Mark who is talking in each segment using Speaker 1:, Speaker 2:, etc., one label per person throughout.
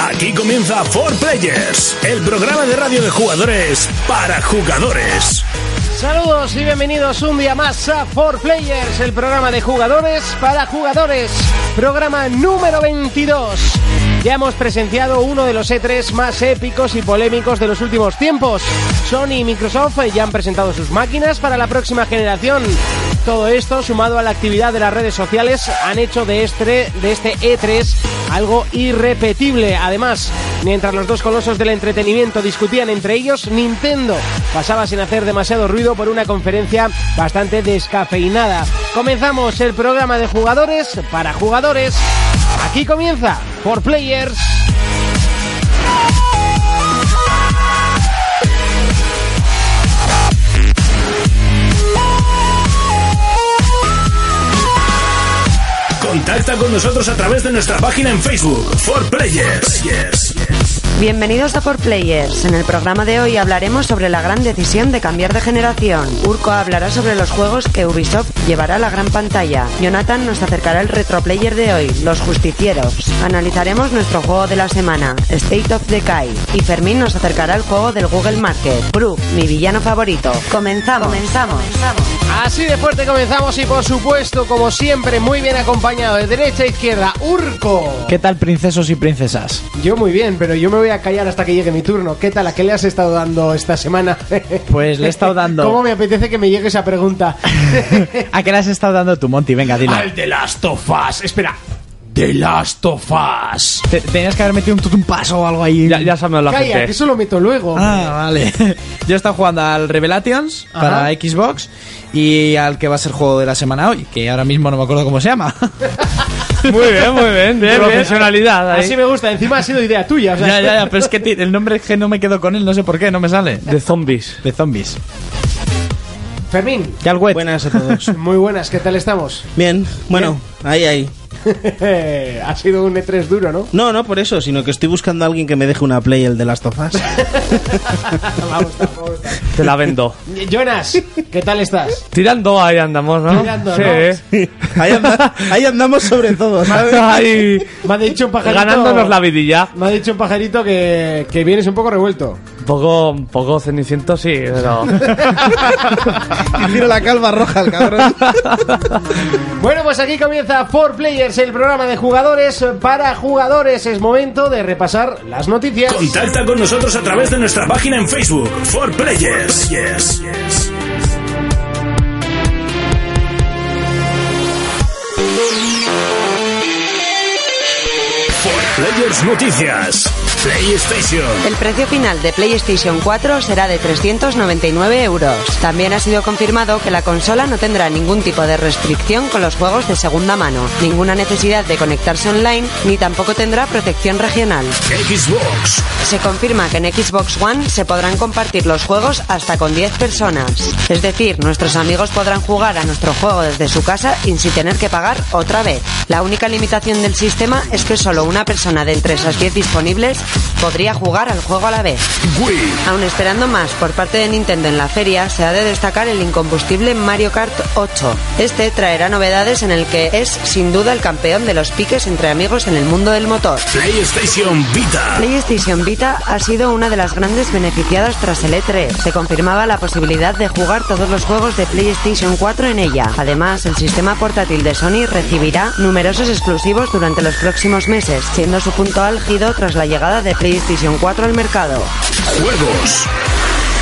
Speaker 1: Aquí comienza For Players, el programa de radio de jugadores para jugadores.
Speaker 2: Saludos y bienvenidos un día más a 4 Players, el programa de jugadores para jugadores. Programa número 22. Ya hemos presenciado uno de los E3 más épicos y polémicos de los últimos tiempos. Sony y Microsoft ya han presentado sus máquinas para la próxima generación. Todo esto, sumado a la actividad de las redes sociales, han hecho de este, de este E3 algo irrepetible. Además, mientras los dos colosos del entretenimiento discutían entre ellos, Nintendo pasaba sin hacer demasiado ruido por una conferencia bastante descafeinada. Comenzamos el programa de jugadores para jugadores. Aquí comienza por Players.
Speaker 1: Contacta con nosotros a través de nuestra página en Facebook, For Players.
Speaker 3: Bienvenidos a Por Players. En el programa de hoy hablaremos sobre la gran decisión de cambiar de generación. Urco hablará sobre los juegos que Ubisoft llevará a la gran pantalla. Jonathan nos acercará el retroplayer de hoy, Los Justicieros. Analizaremos nuestro juego de la semana, State of Decay. Y Fermín nos acercará el juego del Google Market, Proof, mi villano favorito. Comenzamos. Comenzamos.
Speaker 2: Así de fuerte comenzamos y por supuesto, como siempre, muy bien acompañado de derecha a izquierda, Urco.
Speaker 4: ¿Qué tal, princesos y princesas?
Speaker 2: Yo muy bien, pero yo me voy a callar hasta que llegue mi turno. ¿Qué tal? ¿A qué le has estado dando esta semana?
Speaker 4: Pues le he estado dando-
Speaker 2: ¿Cómo me apetece que me llegue esa pregunta?
Speaker 4: ¿A qué le has estado dando tu Monty? Venga, dilo.
Speaker 1: Al de Last of Us. Espera. The Last of Us.
Speaker 4: Te- Tenías que haber metido un tutum paso o algo ahí.
Speaker 5: Ya, ya se ha hablado la
Speaker 2: Calla, que
Speaker 5: gente.
Speaker 2: eso lo meto luego.
Speaker 4: Ah, vale. Yo he estado jugando al Revelations
Speaker 2: Ajá.
Speaker 4: para Xbox y al que va a ser juego de la semana hoy, que ahora mismo no me acuerdo cómo se llama.
Speaker 5: Muy bien, muy bien. bien, Profesionalidad. ahí.
Speaker 2: Así me gusta, encima ha sido idea tuya. o sea,
Speaker 4: ya, ya, ya, pero es que ti- el nombre es que no me quedo con él, no sé por qué, no me sale.
Speaker 5: De zombies.
Speaker 4: De zombies.
Speaker 2: Fermín,
Speaker 4: ¿Qué al wet?
Speaker 6: Buenas a todos.
Speaker 2: muy buenas, ¿qué tal estamos?
Speaker 6: Bien, bueno, ahí, ahí.
Speaker 2: ha sido un E3 duro, ¿no?
Speaker 6: No, no por eso, sino que estoy buscando a alguien que me deje una play el de Last of Us.
Speaker 2: Vamos, vamos.
Speaker 5: Te la vendo.
Speaker 2: Jonas, ¿qué tal estás?
Speaker 5: Tirando ahí andamos, ¿no?
Speaker 2: Tirando,
Speaker 5: sí.
Speaker 2: ¿no?
Speaker 5: ¿eh?
Speaker 6: Ahí, anda- ahí andamos sobre todo, ¿sabes?
Speaker 5: Ahí,
Speaker 2: Me ha dicho un pajarito.
Speaker 5: ganándonos la vidilla.
Speaker 2: Me ha dicho un pajarito que, que vienes un poco revuelto.
Speaker 5: Un poco, un poco ceniciento, sí, pero.
Speaker 6: Y tiro la calva roja al cabrón.
Speaker 2: Bueno, pues aquí comienza 4 Players, el programa de jugadores para jugadores. Es momento de repasar las noticias.
Speaker 1: Contacta con nosotros a través de nuestra página en Facebook, For Players. For Players Noticias. PlayStation.
Speaker 3: El precio final de PlayStation 4 será de 399 euros. También ha sido confirmado que la consola no tendrá ningún tipo de restricción con los juegos de segunda mano, ninguna necesidad de conectarse online ni tampoco tendrá protección regional.
Speaker 1: Xbox.
Speaker 3: Se confirma que en Xbox One se podrán compartir los juegos hasta con 10 personas. Es decir, nuestros amigos podrán jugar a nuestro juego desde su casa y sin tener que pagar otra vez. La única limitación del sistema es que solo una persona de entre esas 10 disponibles podría jugar al juego a la vez.
Speaker 1: Wii.
Speaker 3: Aún esperando más por parte de Nintendo en la feria, se ha de destacar el incombustible Mario Kart 8. Este traerá novedades en el que es sin duda el campeón de los piques entre amigos en el mundo del motor.
Speaker 1: PlayStation Vita.
Speaker 3: PlayStation Vita ha sido una de las grandes beneficiadas tras el E3. Se confirmaba la posibilidad de jugar todos los juegos de PlayStation 4 en ella. Además, el sistema portátil de Sony recibirá numerosos exclusivos durante los próximos meses, siendo su punto álgido tras la llegada de PlayStation 4 al mercado.
Speaker 1: Juegos.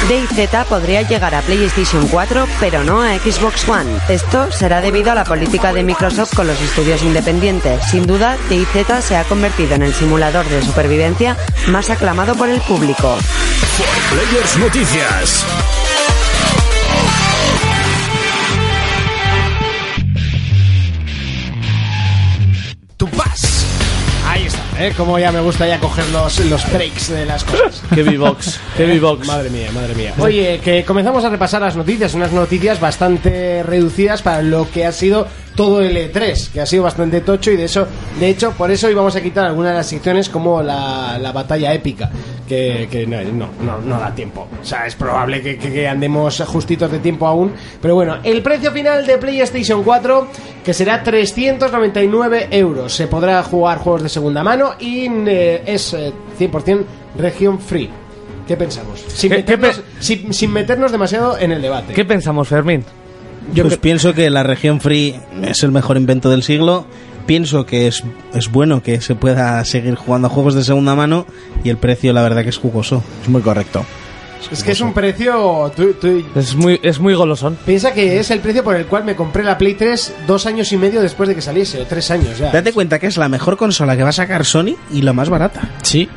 Speaker 3: DayZ podría llegar a PlayStation 4, pero no a Xbox One. Esto será debido a la política de Microsoft con los estudios independientes. Sin duda, DayZ se ha convertido en el simulador de supervivencia más aclamado por el público.
Speaker 1: Players Noticias.
Speaker 2: Tu paz. Ahí está, ¿eh? Como ya me gusta ya coger los, los breaks de las cosas.
Speaker 5: Qué B-Box. Qué B-Box.
Speaker 2: Madre mía, madre mía. Oye, que comenzamos a repasar las noticias, unas noticias bastante reducidas para lo que ha sido todo el E3, que ha sido bastante tocho y de eso, de hecho, por eso íbamos a quitar algunas de las secciones como la, la batalla épica, que, que no, no, no, no da tiempo. O sea, es probable que, que- que andemos justitos de tiempo aún. Pero bueno, el precio final de PlayStation 4, que será 399 euros. Se podrá jugar juegos de segunda mano y eh, es eh, 100% región free. ¿Qué pensamos? Sin,
Speaker 5: ¿Qué- qué
Speaker 2: meternos, sin- sin meternos demasiado en el debate.
Speaker 5: ¿Qué pensamos, Fermín?
Speaker 6: Yo pues pienso que la región free es el mejor invento del siglo. Pienso que es, es bueno que se pueda seguir jugando a juegos de segunda mano y el precio la verdad que es jugoso.
Speaker 4: Es muy correcto.
Speaker 2: es que es un precio... tú- tú-
Speaker 5: Es muy, es muy golosón.
Speaker 2: Piensa que es el precio por el cual me compré la Play 3 dos años y medio después de que saliese, o tres años ya.
Speaker 6: Date cuenta que es la mejor consola que va a sacar Sony y la más barata.
Speaker 4: Sí.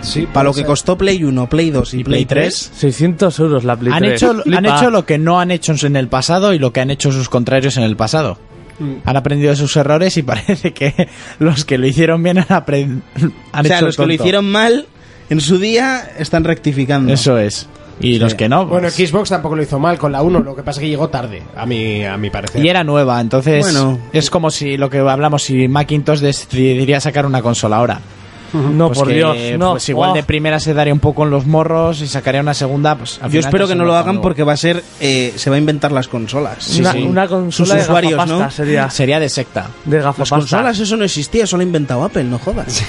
Speaker 2: Sí,
Speaker 6: Para lo
Speaker 2: puede
Speaker 6: que
Speaker 2: ser.
Speaker 6: costó Play 1, Play 2 y, Play 3,
Speaker 5: 600 euros la Play
Speaker 4: Han
Speaker 5: 3.
Speaker 4: hecho, han
Speaker 5: Flipa.
Speaker 4: hecho lo que no han hecho en el pasado y lo que han hecho sus contrarios en el pasado.
Speaker 6: Mm.
Speaker 4: Han aprendido de sus errores y parece que los que lo hicieron bien han, apren- han
Speaker 6: o sea,
Speaker 4: hecho
Speaker 6: los
Speaker 4: el
Speaker 6: que lo
Speaker 4: tonto.
Speaker 6: hicieron mal en su día están rectificando.
Speaker 4: Eso es. Y los que no.
Speaker 2: Bueno,
Speaker 4: pues-
Speaker 2: Xbox tampoco lo hizo mal con la 1, lo que pasa es que llegó tarde, a mi, a mi parecer.
Speaker 4: Y era nueva, entonces
Speaker 6: Bueno.
Speaker 4: es como si lo que hablamos, si Macintosh decidiría sacar una consola ahora.
Speaker 5: No,
Speaker 4: Pues
Speaker 5: por
Speaker 4: que,
Speaker 5: Dios. No.
Speaker 4: Pues igual
Speaker 5: Oh.
Speaker 4: de primera se daría un poco en los morros y sacaría una segunda. Pues, al
Speaker 6: Yo
Speaker 4: final
Speaker 6: espero
Speaker 4: te
Speaker 6: que no
Speaker 4: sale
Speaker 6: lo
Speaker 4: un
Speaker 6: hagan
Speaker 4: juego.
Speaker 6: porque va a ser. eh, se va a inventar las consolas.
Speaker 5: una,
Speaker 4: sí.
Speaker 5: una
Speaker 6: Sus
Speaker 5: consola de
Speaker 6: usuarios,
Speaker 5: gafapasta
Speaker 6: ¿no?
Speaker 5: sería.
Speaker 4: Sería de secta.
Speaker 5: De
Speaker 6: Las
Speaker 5: gafapasta.
Speaker 6: consolas, eso no existía, solo ha inventado Apple, no jodas.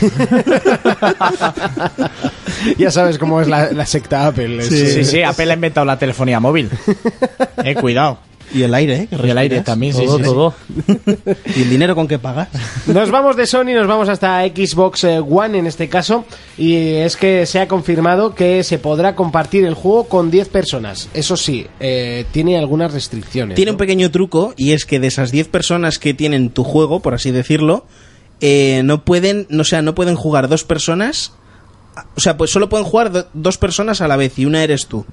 Speaker 2: Ya sabes cómo es la, la secta Apple. es-
Speaker 4: Sí, sí, Apple ha inventado la telefonía móvil. Eh, cuidado.
Speaker 6: Y el aire, ¿eh? que
Speaker 4: Y el aire
Speaker 6: respiras.
Speaker 4: también, sí,
Speaker 5: Todo,
Speaker 4: sí, sí.
Speaker 5: todo.
Speaker 6: Y el dinero con que pagas.
Speaker 2: Nos vamos de Sony, nos vamos hasta Xbox eh, One en este caso. Y es que se ha confirmado que se podrá compartir el juego con 10 personas. Eso sí, eh, tiene algunas restricciones.
Speaker 6: Tiene
Speaker 2: ¿no?
Speaker 6: un pequeño truco y es que de esas 10 personas que tienen tu juego, por así decirlo, eh, no pueden, no, o sea, no pueden jugar dos personas. O sea, pues solo pueden jugar do- dos personas a la vez y una eres tú.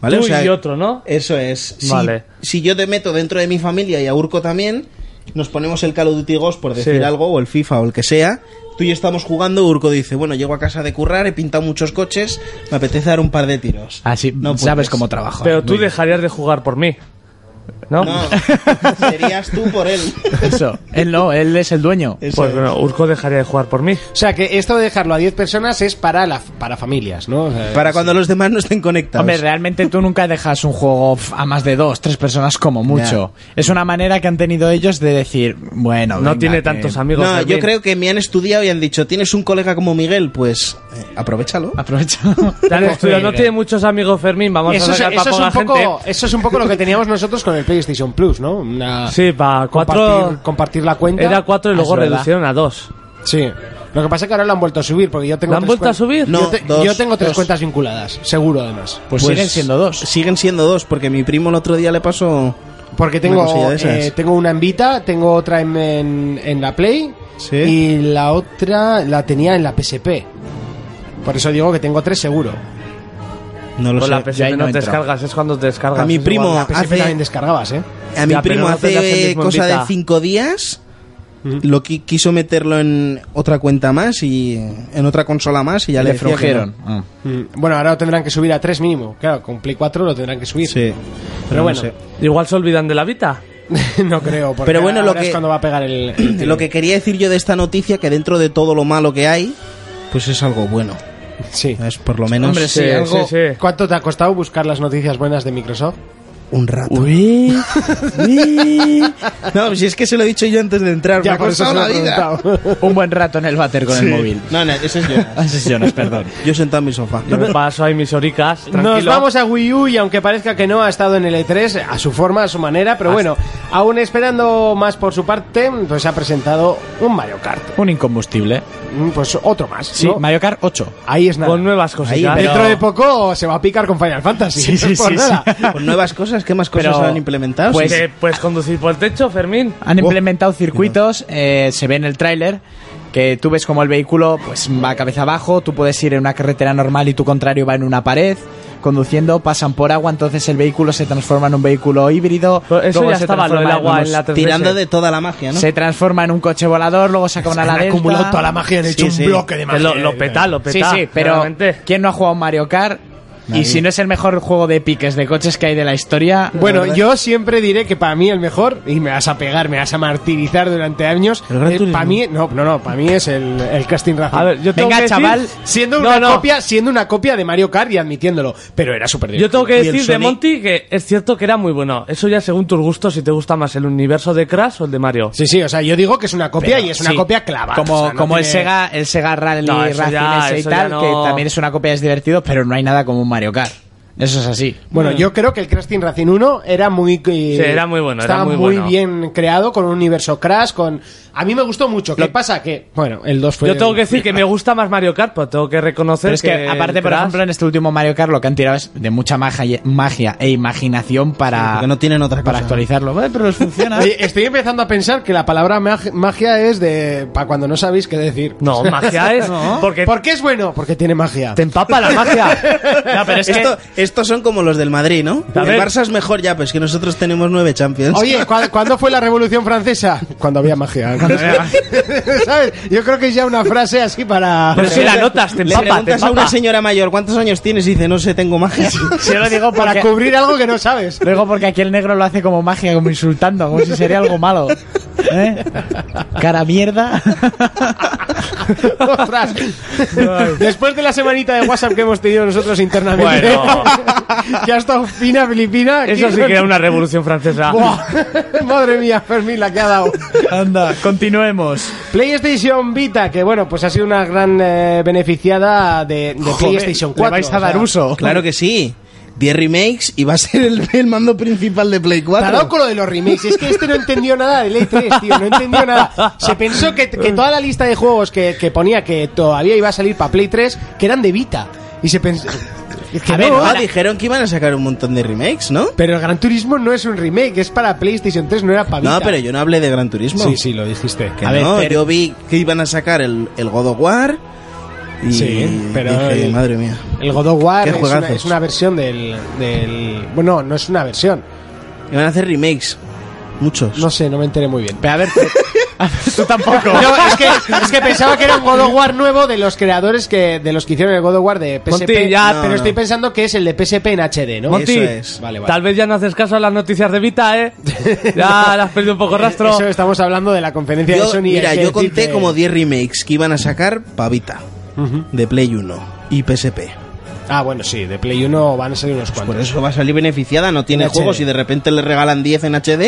Speaker 6: ¿Vale?
Speaker 5: Tú
Speaker 6: O sea,
Speaker 5: y otro, ¿no?
Speaker 6: Eso es. Si,
Speaker 5: Vale.
Speaker 6: si yo te meto dentro de mi familia y a Urco también, nos ponemos el Call of Duty Ghost por decir
Speaker 5: Sí.
Speaker 6: algo, o el FIFA o el que sea. Tú y yo estamos jugando, Urco dice, bueno, llego a casa de currar, he pintado muchos coches, me apetece dar un par de tiros.
Speaker 4: Así
Speaker 6: No
Speaker 4: Ah,
Speaker 6: pues
Speaker 4: sabes
Speaker 6: puedes.
Speaker 4: cómo trabajo.
Speaker 5: Pero tú
Speaker 4: Muy bien.
Speaker 5: dejarías de jugar por mí. ¿No?
Speaker 6: No, serías tú por él.
Speaker 4: Eso. Él no, él es el dueño.
Speaker 6: Eso
Speaker 5: Pues
Speaker 6: es.
Speaker 5: bueno, Urco dejaría de jugar por mí.
Speaker 2: O sea, que esto de dejarlo a 10 personas es para, la, para familias, ¿no? O sea,
Speaker 6: Para cuando los demás no estén conectados.
Speaker 4: Hombre, realmente tú nunca dejas un juego f- a más de dos, tres personas como mucho. Es una manera que han tenido ellos de decir, bueno,
Speaker 5: No
Speaker 4: venga,
Speaker 5: tiene
Speaker 4: que-
Speaker 5: tantos amigos.
Speaker 6: no, yo
Speaker 5: Fermín.
Speaker 6: creo que me han estudiado y han dicho, tienes un colega como Miguel, pues eh, aprovechalo.
Speaker 5: Ah,
Speaker 4: Aprovecha.
Speaker 5: Te han estudiado, no tiene muchos amigos, Fermín. Vamos
Speaker 2: Eso
Speaker 5: a
Speaker 2: es,
Speaker 5: sacar
Speaker 2: eso
Speaker 5: para
Speaker 2: es
Speaker 5: poca
Speaker 2: un poco,
Speaker 5: gente.
Speaker 2: eso es un poco lo que teníamos nosotros con el PlayStation Plus, ¿no? Una-
Speaker 5: Sí, para
Speaker 2: compartir,
Speaker 5: cuatro.
Speaker 2: compartir la cuenta.
Speaker 5: Era cuatro y
Speaker 4: Ah,
Speaker 5: luego
Speaker 4: es verdad.
Speaker 5: reducieron a dos.
Speaker 2: Sí. Lo que pasa es que ahora lo han vuelto a subir porque yo tengo
Speaker 5: ¿La han
Speaker 2: tres
Speaker 5: vuelto a
Speaker 2: cuen-
Speaker 5: subir?
Speaker 6: No.
Speaker 2: yo, te-
Speaker 6: dos,
Speaker 2: yo tengo tres
Speaker 6: dos.
Speaker 2: cuentas vinculadas, seguro además.
Speaker 4: Pues, siguen siendo dos.
Speaker 6: Siguen siendo dos, porque mi primo el otro día le pasó...
Speaker 2: Porque
Speaker 6: Una cosilla
Speaker 2: tengo,
Speaker 6: de esas.
Speaker 2: eh, tengo una en Vita, tengo otra en, en, en la Play
Speaker 6: Sí.
Speaker 2: y la otra la tenía en la PSP. Por eso digo que tengo tres seguro.
Speaker 6: No lo
Speaker 5: Con la
Speaker 6: sé.
Speaker 5: PSP
Speaker 4: ahí
Speaker 5: no,
Speaker 4: no
Speaker 5: te
Speaker 4: entro.
Speaker 5: descargas, es cuando te descargas.
Speaker 6: A mi
Speaker 5: es
Speaker 6: primo-
Speaker 5: igual.
Speaker 2: La PSP
Speaker 6: hace-
Speaker 2: también descargabas, ¿eh?
Speaker 6: A mi
Speaker 5: Ya, pero
Speaker 6: primo
Speaker 5: no tenías el
Speaker 6: hace eh,
Speaker 5: mismo
Speaker 6: cosa
Speaker 5: Vita.
Speaker 6: de cinco días lo qui- quiso meterlo en otra cuenta más y eh, en otra consola más y ya le,
Speaker 4: Le
Speaker 6: decía que
Speaker 4: frujeron. Ah.
Speaker 2: Mm, Bueno, ahora lo tendrán que subir a tres mínimo. Claro, con Play 4 lo tendrán que
Speaker 6: no.
Speaker 2: subir.
Speaker 6: Sí.
Speaker 2: Pero bueno,
Speaker 6: no sé.
Speaker 5: Igual se olvidan de la Vita.
Speaker 2: no creo. Porque
Speaker 6: Pero bueno, lo
Speaker 2: ahora es
Speaker 6: que-
Speaker 2: cuando va a pegar el. el tiro.
Speaker 6: Lo que quería decir yo de esta noticia, que dentro de todo lo malo que hay, pues es algo bueno.
Speaker 2: Sí.
Speaker 6: Es por lo menos
Speaker 4: Hombre, Sí, algo-
Speaker 5: sí,
Speaker 6: Eh.
Speaker 5: sí.
Speaker 2: ¿Cuánto te ha costado buscar las noticias buenas de Microsoft?
Speaker 6: un rato.
Speaker 4: Uy, uy.
Speaker 6: No, si es que se lo he dicho yo antes de entrar. me ha costado
Speaker 2: se lo
Speaker 6: la
Speaker 2: he
Speaker 6: vida.
Speaker 2: preguntado.
Speaker 4: Un buen rato en el váter con el móvil.
Speaker 6: No, no, ese es yo.
Speaker 4: Así es, Jonas, perdón.
Speaker 6: Yo sentado en mi sofá.
Speaker 5: Yo me paso ahí mis horicas. Tranquilo.
Speaker 2: Nos vamos a Wii U y aunque parezca que no ha estado en el E3, a su forma, a su manera,
Speaker 6: Ah,
Speaker 2: pero bueno, aún esperando más por su parte, pues ha presentado un Mario Kart.
Speaker 4: Un incombustible.
Speaker 2: Mm, Pues otro más.
Speaker 4: Sí,
Speaker 2: ¿no?
Speaker 4: Mario Kart 8.
Speaker 2: Ahí es nada.
Speaker 5: con nuevas cositas.
Speaker 2: Dentro de poco se va a picar con Final Fantasy.
Speaker 4: Sí,
Speaker 2: eso es
Speaker 4: sí,
Speaker 2: por
Speaker 4: sí,
Speaker 2: nada.
Speaker 4: sí.
Speaker 6: Con nuevas cosas, ¿qué más cosas
Speaker 4: Pero-
Speaker 6: han implementado?
Speaker 4: pues-
Speaker 6: Sí.
Speaker 5: ¿Que ¿Puedes conducir Eh, por el techo, Fermín?
Speaker 4: Han
Speaker 6: Oh.
Speaker 4: implementado circuitos, eh, se ve en el tráiler que tú ves como el vehículo pues va cabeza abajo, tú puedes ir en una carretera normal y tu contrario va en una pared, conduciendo, pasan por agua, entonces el vehículo se transforma en un vehículo híbrido.
Speaker 5: Pero Eso
Speaker 4: luego
Speaker 5: ya
Speaker 4: se
Speaker 5: estaba, lo del
Speaker 4: transforma en
Speaker 5: agua
Speaker 4: unos-
Speaker 5: en la 3DS.
Speaker 6: tirando de toda la magia, ¿no?
Speaker 4: Se transforma en un coche volador, luego saca una
Speaker 2: Han
Speaker 4: ladera.
Speaker 2: acumulado toda la magia, han hecho
Speaker 6: Sí, sí.
Speaker 2: un bloque de
Speaker 5: Que
Speaker 2: magia. eh.
Speaker 5: Lo, lo Eh, peta, lo
Speaker 4: Sí,
Speaker 5: peta.
Speaker 4: sí, pero
Speaker 5: claramente.
Speaker 4: ¿quién no ha jugado Mario Kart? Y si no es el mejor juego de piques de coches que hay de la historia. la
Speaker 2: Bueno,
Speaker 4: verdad-
Speaker 2: yo siempre diré que para mí el mejor, y me vas a pegar, me vas a martirizar durante años, eh,
Speaker 6: El Gran Turismo.
Speaker 2: para mí, no, no, no, para mí es el, el casting Racing.
Speaker 5: A ver, yo tengo
Speaker 4: Venga,
Speaker 5: que decir-
Speaker 4: chaval.
Speaker 2: siendo
Speaker 5: No,
Speaker 2: una
Speaker 5: no.
Speaker 2: copia, siendo una copia de Mario Kart y admitiéndolo, pero era súper
Speaker 5: Yo tengo que
Speaker 6: Y el
Speaker 5: decir de
Speaker 6: Sonic-
Speaker 5: Monty que es cierto que era muy bueno. Eso ya según tus gustos, si te gusta más el universo de Crash o el de Mario.
Speaker 2: Sí, sí, o sea, yo digo que es una copia y es una
Speaker 4: Sí.
Speaker 2: copia clavada.
Speaker 4: Como,
Speaker 2: o sea, no
Speaker 4: como el
Speaker 2: tiene-
Speaker 4: Sega, el Sega Rally
Speaker 5: No, eso
Speaker 4: Racing
Speaker 5: ya-
Speaker 4: ese y
Speaker 5: eso ya
Speaker 4: tal,
Speaker 5: no-
Speaker 4: que también es una copia, es divertido, pero no hay nada como un Mario Kart. Eso es así.
Speaker 2: Bueno, yo creo que el Crash Team Racing 1 era muy... eh,
Speaker 5: Sí, era muy bueno, era
Speaker 2: Estaba
Speaker 5: muy bueno.
Speaker 2: bien creado, con un universo Crash, con... A mí me gustó mucho. ¿Qué pasa? Que, bueno, el 2 fue...
Speaker 5: Yo tengo que decir que me gusta más Mario Kart, pero tengo que reconocer
Speaker 4: Pero es que,
Speaker 5: el
Speaker 4: aparte, por
Speaker 5: Crash-
Speaker 4: ejemplo, en este último Mario Kart lo que han tirado es de mucha magia, magia e imaginación para,
Speaker 6: porque no tienen otra
Speaker 4: para
Speaker 6: cosa.
Speaker 4: actualizarlo. Bueno, pero les funciona.
Speaker 2: Oye, estoy empezando a pensar que la palabra mag- magia es de... Para cuando no sabéis qué decir.
Speaker 5: No, magia es... Porque
Speaker 2: ¿Por qué es bueno? Porque tiene magia.
Speaker 5: te empapa la magia. No, pero es que...
Speaker 6: Esto- Estos son como los del Madrid, ¿no?
Speaker 5: A
Speaker 6: El
Speaker 5: ver.
Speaker 6: Barça es mejor ya, pero es que nosotros tenemos nueve Champions.
Speaker 2: Oye, ¿cu- ¿cuándo fue la Revolución Francesa? Cuando había magia. ¿Sabes? Yo creo que es ya una frase así para...
Speaker 5: Pero si la notas, te
Speaker 6: Le
Speaker 5: empapa, te
Speaker 6: preguntas a
Speaker 5: empapa.
Speaker 6: una señora mayor cuántos años tienes y dice, no sé, tengo magia.
Speaker 4: Se lo digo
Speaker 2: Para
Speaker 4: porque-
Speaker 2: cubrir algo que no sabes.
Speaker 4: Luego porque aquí el negro lo hace como magia, como insultando, como si sería algo malo. ¿Eh? Cara mierda.
Speaker 2: Ostras. Después de la semanita de WhatsApp que hemos tenido nosotros internamente,
Speaker 5: Bueno.
Speaker 2: que ha estado fina Filipina. aquí
Speaker 5: Eso sí
Speaker 2: con-
Speaker 5: que era una revolución francesa.
Speaker 2: Buah. Oh, Madre mía, Fermín, la que ha dado.
Speaker 4: Anda, continuemos.
Speaker 2: PlayStation Vita, que bueno, pues ha sido una gran eh, beneficiada de, de PlayStation 4.
Speaker 4: vais a
Speaker 2: o sea,
Speaker 4: dar uso.
Speaker 6: Claro que sí. 10 remakes y va a ser el, el mando principal de Play
Speaker 2: Tarado
Speaker 6: 4.
Speaker 2: con lo de los remakes. Es que este no entendió nada de Ley 3, tío. No entendió nada. Se pensó que, que toda la lista de juegos que, que ponía que todavía iba a salir para Play 3, que eran de Vita. Y se pensó... es que
Speaker 6: A ver,
Speaker 2: no.
Speaker 6: ah, dijeron que iban a sacar un montón de remakes, ¿no?
Speaker 2: Pero el Gran Turismo no es un remake, es para PlayStation 3, no era para Vita.
Speaker 6: No, pero yo no hablé de Gran Turismo.
Speaker 2: Sí, sí, lo dijiste.
Speaker 6: Que
Speaker 4: A ver,
Speaker 6: no,
Speaker 4: Fer-
Speaker 6: yo vi que iban a sacar el, el God of War. Y
Speaker 2: Sí, pero
Speaker 6: dije,
Speaker 2: el-
Speaker 6: madre mía.
Speaker 2: El God of War
Speaker 6: Qué
Speaker 2: es una,
Speaker 6: juegazos.
Speaker 2: es una versión del, del... Bueno, no es una versión.
Speaker 6: Iban a hacer remakes. Muchos.
Speaker 2: No sé, no me enteré muy bien.
Speaker 4: Pero a ver, a ver, tú tampoco.
Speaker 2: No, es que, es que pensaba que era un God of War nuevo de los creadores que, de los que hicieron el God of War de PSP.
Speaker 5: Monty, ya-
Speaker 2: Ah, pero
Speaker 6: No,
Speaker 2: estoy
Speaker 6: no.
Speaker 2: pensando que es el de PSP en HD, ¿no?
Speaker 5: Monty,
Speaker 6: Eso es.
Speaker 2: Vale, vale.
Speaker 5: tal vez ya no haces caso a las noticias de Vita, ¿eh? Ya las has perdido un poco rastro.
Speaker 2: Eh, Eso estamos hablando de la conferencia de
Speaker 6: Yo-
Speaker 2: Sony.
Speaker 6: mira,
Speaker 2: hay que
Speaker 6: yo conté
Speaker 2: decir que-
Speaker 6: como 10 remakes que iban a sacar pavita de Play 1 y PSP.
Speaker 2: Ah, bueno, sí, de Play 1 van a salir unos
Speaker 6: Pues Por
Speaker 2: cuantos.
Speaker 6: eso va a salir beneficiada, no tiene
Speaker 2: En HD.
Speaker 6: juegos y de repente le regalan 10 en HD.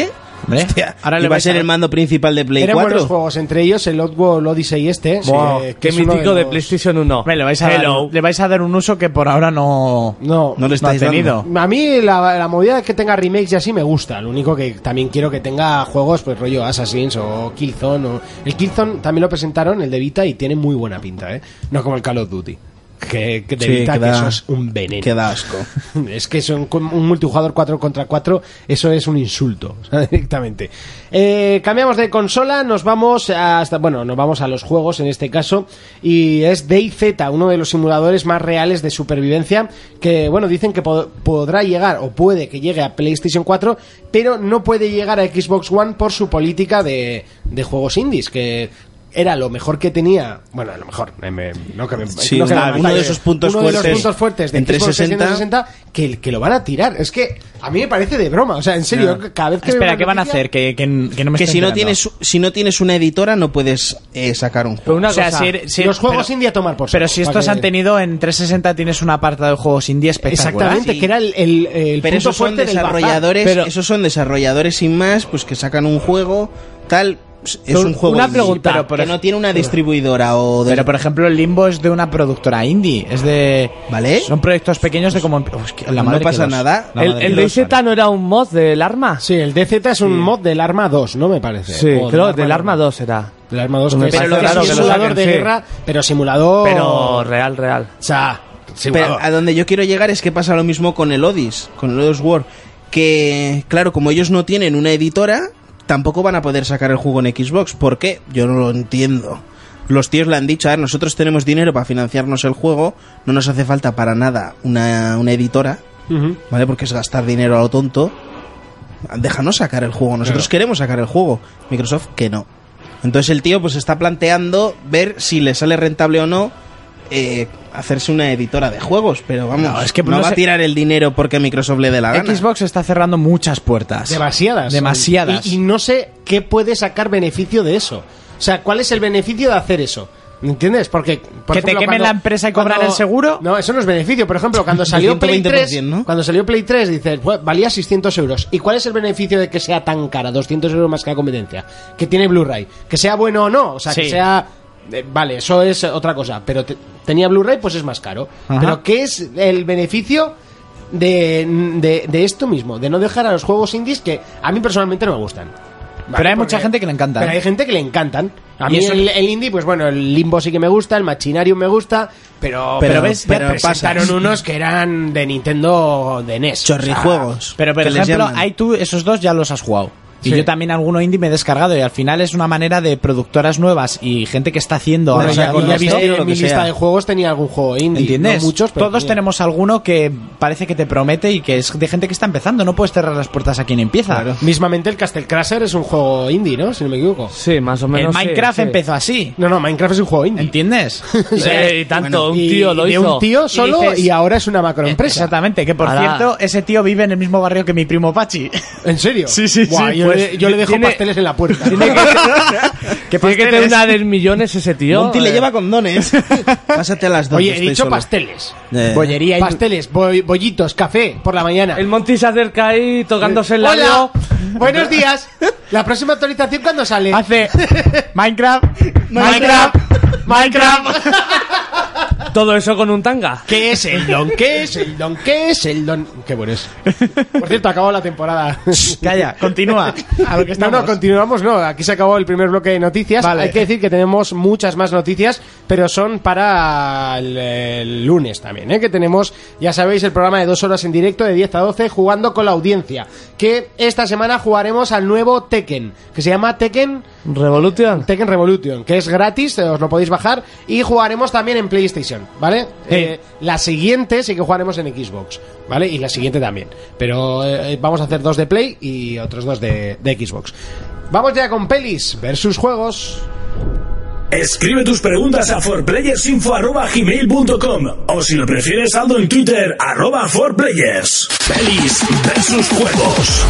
Speaker 4: Hombre,
Speaker 6: Hostia,
Speaker 4: ahora le
Speaker 6: y va a
Speaker 4: vais
Speaker 6: ser
Speaker 4: a-
Speaker 6: el mando principal de Play
Speaker 2: Eran buenos
Speaker 6: 4.
Speaker 2: juegos, entre ellos el Oddworld Odyssey este.
Speaker 5: Buah,
Speaker 2: eh, que
Speaker 5: qué
Speaker 2: es uno
Speaker 5: mítico de,
Speaker 2: los-
Speaker 5: PlayStation 1.
Speaker 4: Hombre, le vais a dar,
Speaker 5: Hello.
Speaker 4: le vais a dar un uso que por ahora no,
Speaker 2: No,
Speaker 6: No le
Speaker 4: no ha
Speaker 6: estáis
Speaker 4: tenido.
Speaker 2: A mí la, la movida de que tenga remakes y así me gusta. Lo único que también quiero que tenga juegos, pues rollo Assassin's o Killzone. O... El Killzone también lo presentaron, el de Vita, y tiene muy buena pinta, ¿eh? No como el Call of Duty. Que, que de
Speaker 6: Sí,
Speaker 2: Vita,
Speaker 6: que
Speaker 2: que
Speaker 6: da-
Speaker 2: eso es un veneno.
Speaker 6: Que da asco.
Speaker 2: Es que son con- un multijugador 4 contra 4, eso es un insulto, o sea, directamente. Eh, cambiamos de consola, nos vamos hasta, bueno, nos vamos a los juegos en este caso, y es DayZ, uno de los simuladores más reales de supervivencia, que, bueno, dicen que po- podrá llegar, o puede que llegue a PlayStation 4, pero no puede llegar a Xbox One por su política de, de juegos indies, que era lo mejor que tenía, bueno, a lo mejor, eh, me- no que me-
Speaker 6: Sí,
Speaker 2: no que me
Speaker 6: una- uno
Speaker 2: matalle.
Speaker 6: de esos puntos
Speaker 2: Uno de los
Speaker 6: fuertes
Speaker 2: puntos fuertes de
Speaker 6: entre
Speaker 2: Xbox
Speaker 6: 60.
Speaker 2: 360, que, que lo van a tirar. Es que a mí me parece de broma. O sea, en serio, cada vez que veo
Speaker 4: Espera,
Speaker 2: una
Speaker 4: ¿qué van a
Speaker 2: noticia-
Speaker 4: hacer? Que, que, que no me
Speaker 6: que
Speaker 4: estoy
Speaker 6: si no,
Speaker 4: enterando.
Speaker 6: tienes, si no tienes una editora no puedes eh, sacar un
Speaker 5: Pero
Speaker 6: juego.
Speaker 5: una
Speaker 4: O sea,
Speaker 5: cosa,
Speaker 4: si eres- si-
Speaker 2: los juegos
Speaker 4: pero-
Speaker 2: indie a tomar por
Speaker 4: Pero
Speaker 2: saco,
Speaker 4: si
Speaker 2: para
Speaker 4: estos
Speaker 2: que-
Speaker 4: han tenido en 360 tienes un apartado de juegos indie espectacular.
Speaker 2: Exactamente,
Speaker 6: Sí.
Speaker 2: que era el, el, el
Speaker 6: Pero
Speaker 2: punto
Speaker 6: esos son
Speaker 2: fuerte del
Speaker 6: desarrolladores,
Speaker 5: Pero-
Speaker 6: esos son desarrolladores sin más, pues que sacan un juego tal es
Speaker 5: Pero
Speaker 6: un juego
Speaker 5: una
Speaker 6: indie,
Speaker 5: pregunta,
Speaker 6: pero,
Speaker 5: por
Speaker 6: que
Speaker 5: ej-
Speaker 6: no tiene una distribuidora o de-
Speaker 4: Pero por ejemplo, el Limbo es de una productora indie, es de
Speaker 6: ¿Vale?
Speaker 4: Son proyectos pequeños de como Uf, que- la
Speaker 6: No
Speaker 4: madre que
Speaker 6: pasa
Speaker 4: los-
Speaker 6: nada.
Speaker 4: la
Speaker 5: ¿El,
Speaker 4: madre
Speaker 5: el
Speaker 4: que los-
Speaker 5: DayZ no era un mod del arma?
Speaker 2: Sí, el DZ es un mod del Arma 2, ¿no me parece?
Speaker 5: Sí,
Speaker 2: O
Speaker 5: creo del arma 2 era.
Speaker 2: Del Arma 2,
Speaker 5: Me
Speaker 2: que es-
Speaker 5: parece
Speaker 2: que es
Speaker 5: raro que lo
Speaker 2: simulador
Speaker 5: saquen,
Speaker 2: de
Speaker 5: sí.
Speaker 2: guerra, pero simulador...
Speaker 5: Pero real, real.
Speaker 2: O sea,
Speaker 6: Pero
Speaker 2: simulador.
Speaker 6: a donde yo quiero llegar es que pasa lo mismo con el Odis, con el Odis War. Que, claro, como ellos no tienen una editora, tampoco van a poder sacar el juego en Xbox. ¿Por qué? Yo no lo entiendo. Los tíos le han dicho, a ver, nosotros tenemos dinero para financiarnos el juego, no nos hace falta para nada una, una editora,
Speaker 2: Ujú.
Speaker 6: ¿vale? Porque es gastar dinero a lo tonto. Déjanos sacar el juego, nosotros queremos sacar el juego. Microsoft que no. Entonces el tío pues está planteando ver si le sale rentable o no eh, hacerse una editora de juegos, pero vamos,
Speaker 4: No,
Speaker 6: no,
Speaker 4: es que no
Speaker 6: va
Speaker 4: sé-
Speaker 6: a tirar el dinero porque Microsoft le dé la gana.
Speaker 4: Xbox está cerrando muchas puertas.
Speaker 2: Demasiadas.
Speaker 4: Demasiadas.
Speaker 2: Y, y no sé qué puede sacar beneficio de eso. O sea, ¿cuál es el beneficio de hacer eso? ¿Me entiendes? Porque. por
Speaker 4: Que te quemen la empresa y cobrar el seguro.
Speaker 2: No, eso no es beneficio. Por ejemplo, cuando salió Play 3.
Speaker 6: 120%, ¿no?
Speaker 2: Cuando salió Play 3, dices, "Bueno, valía 600 euros. ¿Y cuál es el beneficio de que sea tan cara? 200 euros más que la competencia. Que tiene Blu-ray. Que sea bueno o no. O sea, que
Speaker 4: Sí.
Speaker 2: sea. eh, Vale, eso es otra cosa. Pero te- tenía Blu-ray, pues es más caro.
Speaker 4: Ajá.
Speaker 2: Pero ¿qué es el beneficio de, de- de esto mismo? De no dejar a los juegos indies que a mí personalmente no me gustan.
Speaker 4: Pero
Speaker 2: Porque-
Speaker 4: hay mucha gente que le encantan.
Speaker 2: Pero hay gente que le encantan. A
Speaker 4: Y
Speaker 2: mí
Speaker 4: eso-
Speaker 2: el, el indie, pues bueno, el Limbo sí que me gusta, el Machinarium me gusta, pero,
Speaker 6: Pero-
Speaker 2: ves, ya
Speaker 6: pero
Speaker 2: presentaron
Speaker 6: pasas.
Speaker 2: unos que eran de Nintendo de E NES. O sea,
Speaker 6: Chorrijuegos.
Speaker 4: Pero, por
Speaker 6: que les
Speaker 4: ejemplo,
Speaker 6: llaman.
Speaker 4: hay tú, esos dos ya los has jugado. Y
Speaker 2: Sí.
Speaker 4: yo también alguno indie me he descargado y al final es una manera de productoras nuevas y gente que está haciendo
Speaker 2: Bueno,
Speaker 4: ahora
Speaker 2: ya,
Speaker 4: ya
Speaker 2: y
Speaker 4: con
Speaker 2: ya
Speaker 4: esto,
Speaker 2: viste,
Speaker 6: lo que
Speaker 2: mi lista
Speaker 6: sea.
Speaker 2: de juegos tenía algún juego indie.
Speaker 4: ¿Entiendes?
Speaker 2: no muchos, pero
Speaker 4: Todos
Speaker 2: tenía.
Speaker 4: tenemos alguno que parece que te promete y que es de gente que está empezando. No puedes cerrar las puertas a quien empieza.
Speaker 2: Mismamente el Castle Crasher es un juego indie, ¿no? Si no me equivoco.
Speaker 5: Sí, más o menos.
Speaker 4: el
Speaker 5: sí,
Speaker 4: Minecraft
Speaker 5: sí.
Speaker 4: empezó así.
Speaker 2: No, no, Minecraft es un juego indie.
Speaker 4: ¿Entiendes?
Speaker 5: Sí, y tanto, un
Speaker 2: Y-
Speaker 5: tío lo
Speaker 2: y de
Speaker 5: hizo.
Speaker 2: un tío solo y,
Speaker 4: dices-
Speaker 2: ahora es una macroempresa.
Speaker 4: Exactamente, que por
Speaker 5: Ahora-
Speaker 4: cierto, ese tío vive en el mismo barrio que mi primo Pachi.
Speaker 2: ¿En serio?
Speaker 4: Sí, sí,
Speaker 2: Buah,
Speaker 4: sí,
Speaker 2: Yo,
Speaker 4: pues,
Speaker 2: le, yo le dejo
Speaker 5: tiene-
Speaker 2: pasteles en la puerta.
Speaker 5: Que tiene que tener una de millones ese tío.
Speaker 6: Monty le
Speaker 5: eh.
Speaker 6: lleva condones. Pásate a las dos.
Speaker 2: Oye, he
Speaker 6: estoy
Speaker 2: dicho
Speaker 6: solo.
Speaker 2: pasteles.
Speaker 6: Eh,
Speaker 4: Bollería y...
Speaker 2: Pasteles, boy- bollitos, café por la mañana.
Speaker 5: El Monty se acerca ahí tocándose el
Speaker 2: Hola,
Speaker 5: labio.
Speaker 2: buenos días. La próxima actualización cuando sale.
Speaker 4: Hace Minecraft,
Speaker 2: Minecraft,
Speaker 4: Minecraft, Minecraft.
Speaker 5: Todo eso con un tanga.
Speaker 2: ¿Qué es el don? ¿Qué es el don? ¿Qué es el don? Qué bueno es. Por cierto, acabó la temporada.
Speaker 4: Calla, continúa. A lo que
Speaker 2: No,
Speaker 4: estamos.
Speaker 2: no, continuamos, no. Aquí se acabó el primer bloque de noticias.
Speaker 4: Vale.
Speaker 2: Hay que decir que tenemos muchas más noticias, pero son para el, el lunes también, ¿eh? Que tenemos, ya sabéis, el programa de dos horas en directo de 10 a 12 jugando con la audiencia. Que esta semana jugaremos al nuevo Tekken, que se llama Tekken
Speaker 5: Revolution.
Speaker 2: Tekken Revolution, que es gratis, eh, os lo podéis bajar y jugaremos también en PlayStation, ¿vale? Eh, la siguiente sí que jugaremos en Xbox, ¿vale? Y la siguiente también. Pero eh, vamos a hacer dos de Play y otros dos de, de Xbox. Vamos ya con pelis versus juegos.
Speaker 1: Escribe tus preguntas a forplayersinfo@gmail.com o si lo prefieres saldo en Twitter arroba forplayers. Pelis versus juegos.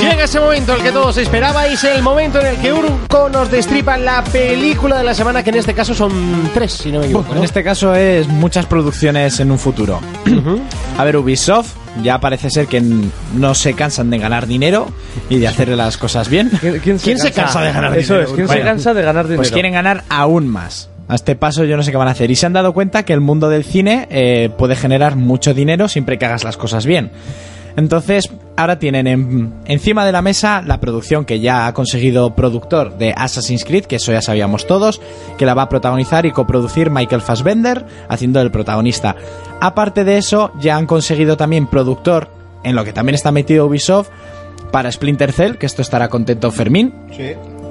Speaker 2: Llega ese momento el que todos esperabais, el momento en el que Urco nos destripa la película de la semana, que en este caso son tres, si no me equivoco.
Speaker 4: En
Speaker 2: ¿no?
Speaker 4: este caso es muchas producciones en un futuro. A ver, Ubisoft ya parece ser que n- no se cansan de ganar dinero y de hacer las cosas bien.
Speaker 5: ¿Quién,
Speaker 2: ¿Quién se cansa de ganar
Speaker 5: Eso
Speaker 2: dinero?
Speaker 5: es, ¿quién
Speaker 4: Vaya.
Speaker 5: se cansa de ganar dinero?
Speaker 4: Pues quieren ganar aún más. A este paso yo no sé qué van a hacer. Y se han dado cuenta que el mundo del cine eh, puede generar mucho dinero siempre que hagas las cosas bien. Entonces, ahora tienen en- encima de la mesa la producción que ya ha conseguido productor de Assassin's Creed, que eso ya sabíamos todos, que la va a protagonizar y coproducir Michael Fassbender, haciendo el protagonista. Aparte de eso, ya han conseguido también productor, en lo que también está metido Ubisoft, para Splinter Cell, que esto estará contento Fermín.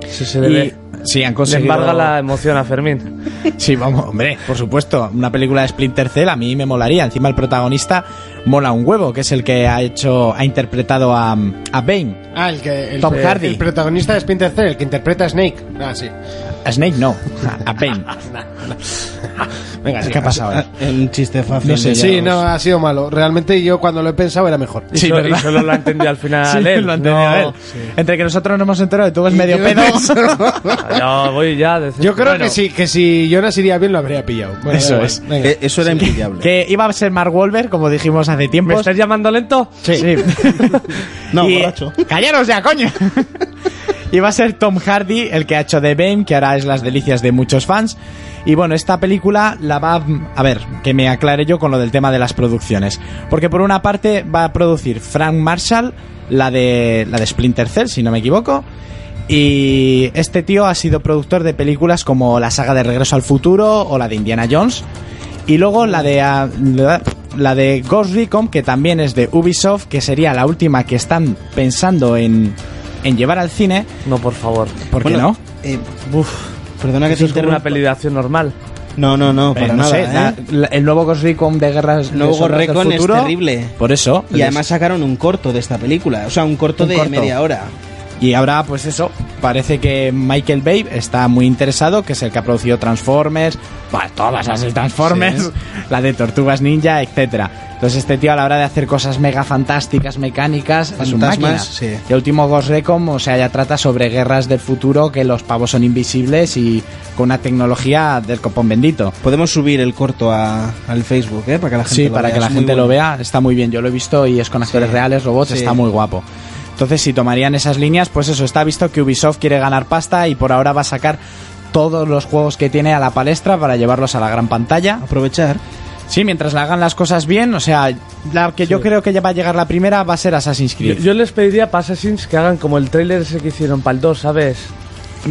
Speaker 5: Sí, se debe.
Speaker 4: Y- sí, han
Speaker 5: Le
Speaker 4: conseguido...
Speaker 5: embarga la emoción a Fermín.
Speaker 4: Sí, vamos, hombre, por supuesto. Una película de Splinter Cell a mí me molaría. Encima el protagonista mola un huevo, que es el que ha hecho, ha interpretado a, a Bane.
Speaker 2: Ah, el que el,
Speaker 4: Tom
Speaker 2: eh,
Speaker 4: Hardy.
Speaker 2: el protagonista de Splinter Cell, el que interpreta a Snake. Ah, sí.
Speaker 4: A Snake no, a Bane.
Speaker 2: Venga,
Speaker 4: ¿Qué ha pasado? eh?
Speaker 6: eh, Un chiste fácil.
Speaker 4: No sé,
Speaker 6: de
Speaker 2: Sí, no,
Speaker 6: llevaros.
Speaker 2: ha sido malo. Realmente yo cuando lo he pensado era mejor.
Speaker 5: Y
Speaker 4: Sí,
Speaker 5: so-
Speaker 4: ¿verdad?
Speaker 5: Y solo la entendió al final
Speaker 4: Sí,
Speaker 5: él.
Speaker 4: lo ha entendido
Speaker 5: No,
Speaker 4: él. Entre que nosotros no hemos enterado y tú ves medio
Speaker 2: yo-
Speaker 4: pedo.
Speaker 5: Yo voy ya.
Speaker 2: Yo creo
Speaker 5: Bueno,
Speaker 2: que sí, que si Jonas iría bien lo habría pillado. Bueno,
Speaker 4: Eso
Speaker 2: da igual.
Speaker 4: es.
Speaker 2: Venga.
Speaker 6: Eh, Eso era impillable.
Speaker 4: que iba a ser Mark Wahlberg, como dijimos hace
Speaker 5: ¿Me
Speaker 4: tiempo.
Speaker 5: estás llamando lento?
Speaker 4: Sí.
Speaker 6: No, borracho.
Speaker 4: Callaros ya, coño. y va a ser Tom Hardy el que ha hecho de Bane, que ahora es las delicias de muchos fans. Y bueno, esta película la va... A a ver, que me aclare yo con lo del tema de las producciones. Porque por una parte va a producir Frank Marshall, la de, la de Splinter Cell, si no me equivoco. Y este tío ha sido productor de películas como la saga de Regreso al Futuro o la de Indiana Jones. Y luego la de ah, la, la de Ghost Recon, que también es de Ubisoft, que sería la última que están pensando en, en llevar al cine.
Speaker 5: No, por favor.
Speaker 4: ¿Por qué
Speaker 6: Bueno,
Speaker 4: no?
Speaker 6: eh, uf, perdona que
Speaker 5: Eso
Speaker 6: te
Speaker 5: es como una
Speaker 6: interrumpa.
Speaker 5: peli de acción normal.
Speaker 6: No, no, no, para
Speaker 4: Eh, no
Speaker 6: nada.
Speaker 4: sé,
Speaker 6: ¿eh?
Speaker 4: la- la- el nuevo Ghost Recon de guerras
Speaker 6: El nuevo
Speaker 4: de Soldados
Speaker 6: Ghost
Speaker 4: del
Speaker 6: Recon es
Speaker 4: futuro, pues
Speaker 6: terrible.
Speaker 4: Por eso.
Speaker 6: Y además sacaron un corto de esta película, o sea, un corto
Speaker 4: Un
Speaker 6: de
Speaker 4: corto.
Speaker 6: media hora.
Speaker 4: Y ahora, pues eso, parece que Michael Bay está muy interesado, que es el que ha producido Transformers, para todas las de Transformers,
Speaker 6: Sí.
Speaker 4: la de Tortugas Ninja, etcétera. Entonces este tío a la hora de hacer cosas mega fantásticas, mecánicas, es un
Speaker 6: Fantasmas,
Speaker 4: máquina.
Speaker 6: sí.
Speaker 4: Y el último Ghost Recon, o sea, ya trata sobre guerras del futuro, que los pavos son invisibles y con una tecnología del copón bendito.
Speaker 6: Podemos subir el corto a- al Facebook, ¿eh? Para que la gente
Speaker 4: Sí,
Speaker 6: lo
Speaker 4: para
Speaker 6: vea.
Speaker 4: que la
Speaker 6: Es muy
Speaker 4: gente lo
Speaker 6: bueno.
Speaker 4: vea, está muy bien. Yo lo he visto y es con actores
Speaker 6: Sí.
Speaker 4: reales, robots,
Speaker 6: Sí.
Speaker 4: está muy guapo. Entonces, si tomarían esas líneas, pues eso, está visto que Ubisoft quiere ganar pasta y por ahora va a sacar todos los juegos que tiene a la palestra para llevarlos a la gran pantalla.
Speaker 6: Aprovechar.
Speaker 4: Sí, mientras la hagan las cosas bien, o sea, la que yo creo que ya va a llegar la primera va a ser Assassin's
Speaker 5: Yo,
Speaker 4: Creed.
Speaker 5: yo les pediría para Assassins que hagan como el trailer ese que hicieron para el 2, ¿sabes?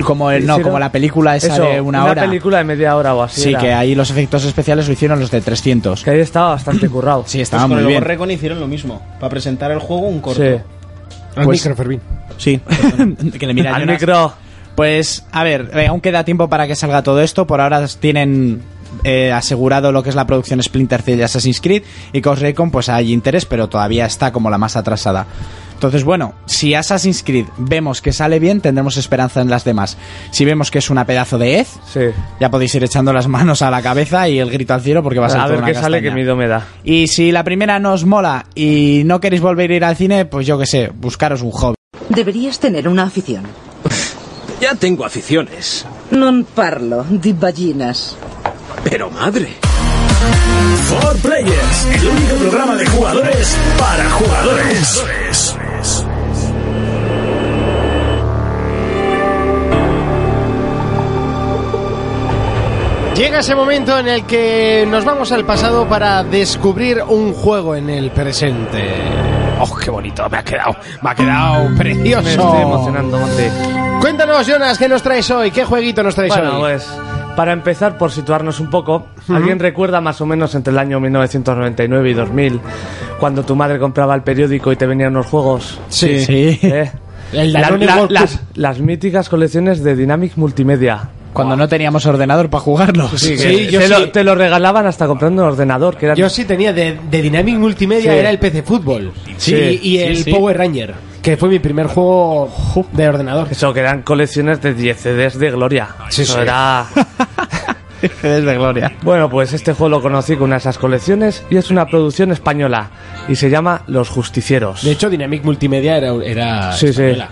Speaker 4: como el, no,
Speaker 5: Hicieron-
Speaker 4: como la película esa
Speaker 5: Eso,
Speaker 4: de una, hora.
Speaker 5: película de media hora o así.
Speaker 4: sí,
Speaker 5: era.
Speaker 4: que ahí los efectos especiales lo hicieron los de 300.
Speaker 5: Que ahí estaba bastante currado.
Speaker 4: Sí,
Speaker 6: Pues
Speaker 4: estaba
Speaker 6: con
Speaker 4: muy
Speaker 6: el
Speaker 4: bien.
Speaker 6: Ghost Recon hicieron lo mismo. Para presentar el juego, un corto.
Speaker 5: Sí.
Speaker 2: Al
Speaker 4: Pues-
Speaker 2: micro, Fermín.
Speaker 6: Sí.
Speaker 4: que le mira
Speaker 5: Al
Speaker 4: Jonas.
Speaker 5: micro.
Speaker 4: Pues, a ver, eh, aún queda tiempo para que salga todo esto. Por ahora tienen eh, asegurado lo que es la producción Splinter Cell y Assassin's Creed. Y Ghost Recon, pues hay interés, pero todavía está como la más atrasada. Entonces, bueno, si Assassin's Creed vemos que sale bien, tendremos esperanza en las demás. Si vemos que es una pedazo de ez,
Speaker 5: Sí.
Speaker 4: ya podéis ir echando las manos a la cabeza y el grito al cielo porque va a ser
Speaker 5: A
Speaker 4: toda
Speaker 5: ver
Speaker 4: una
Speaker 5: qué sale, que
Speaker 4: castaña.
Speaker 5: miedo me da.
Speaker 4: Y si la primera no os mola y no queréis volver a ir al cine, pues yo qué sé, buscaros un hobby.
Speaker 7: Deberías tener una afición.
Speaker 1: Ya tengo aficiones,
Speaker 7: Non parlo di ballinas.
Speaker 1: pero madre. For Players, el único programa de jugadores para jugadores.
Speaker 2: Llega ese momento en el que nos vamos al pasado para descubrir un juego en el presente. ¡Oh, qué bonito! Me ha quedado, me ha quedado precioso.
Speaker 5: Me estoy emocionando, Monty.
Speaker 2: Cuéntanos, Jonas, ¿qué nos traes hoy? ¿Qué jueguito nos traes
Speaker 5: Bueno,
Speaker 2: hoy?
Speaker 5: pues para empezar, por situarnos un poco, ¿alguien recuerda más o menos entre el año 1999 y 2000 cuando tu madre compraba el periódico y te venían unos juegos?
Speaker 4: Sí. sí.
Speaker 5: ¿Eh?
Speaker 2: El
Speaker 5: La-
Speaker 2: Danone
Speaker 5: la-
Speaker 2: World
Speaker 5: las,
Speaker 2: Cup.
Speaker 5: las míticas colecciones de Dynamic Multimedia.
Speaker 4: Cuando no teníamos ordenador para jugarlo.
Speaker 2: Sí,
Speaker 5: Que
Speaker 2: yo
Speaker 5: te,
Speaker 2: sí.
Speaker 5: lo, te lo regalaban hasta comprando un ordenador, que era
Speaker 2: Yo sí tenía de, de Dynamic Multimedia,
Speaker 5: Sí.
Speaker 2: era el PC Fútbol.
Speaker 5: Sí.
Speaker 2: Y, y el
Speaker 4: Sí, sí.
Speaker 2: Power Ranger, que fue mi primer juego de ordenador.
Speaker 5: eso que eran colecciones de 10 CDs de gloria.
Speaker 2: Sí,
Speaker 5: eso
Speaker 2: sí.
Speaker 5: era
Speaker 4: de gloria.
Speaker 5: Bueno, pues este juego lo conocí con una de esas colecciones y es una producción española y se llama Los Justicieros.
Speaker 2: De hecho, Dynamic Multimedia era. era
Speaker 5: Sí, sí.
Speaker 2: española.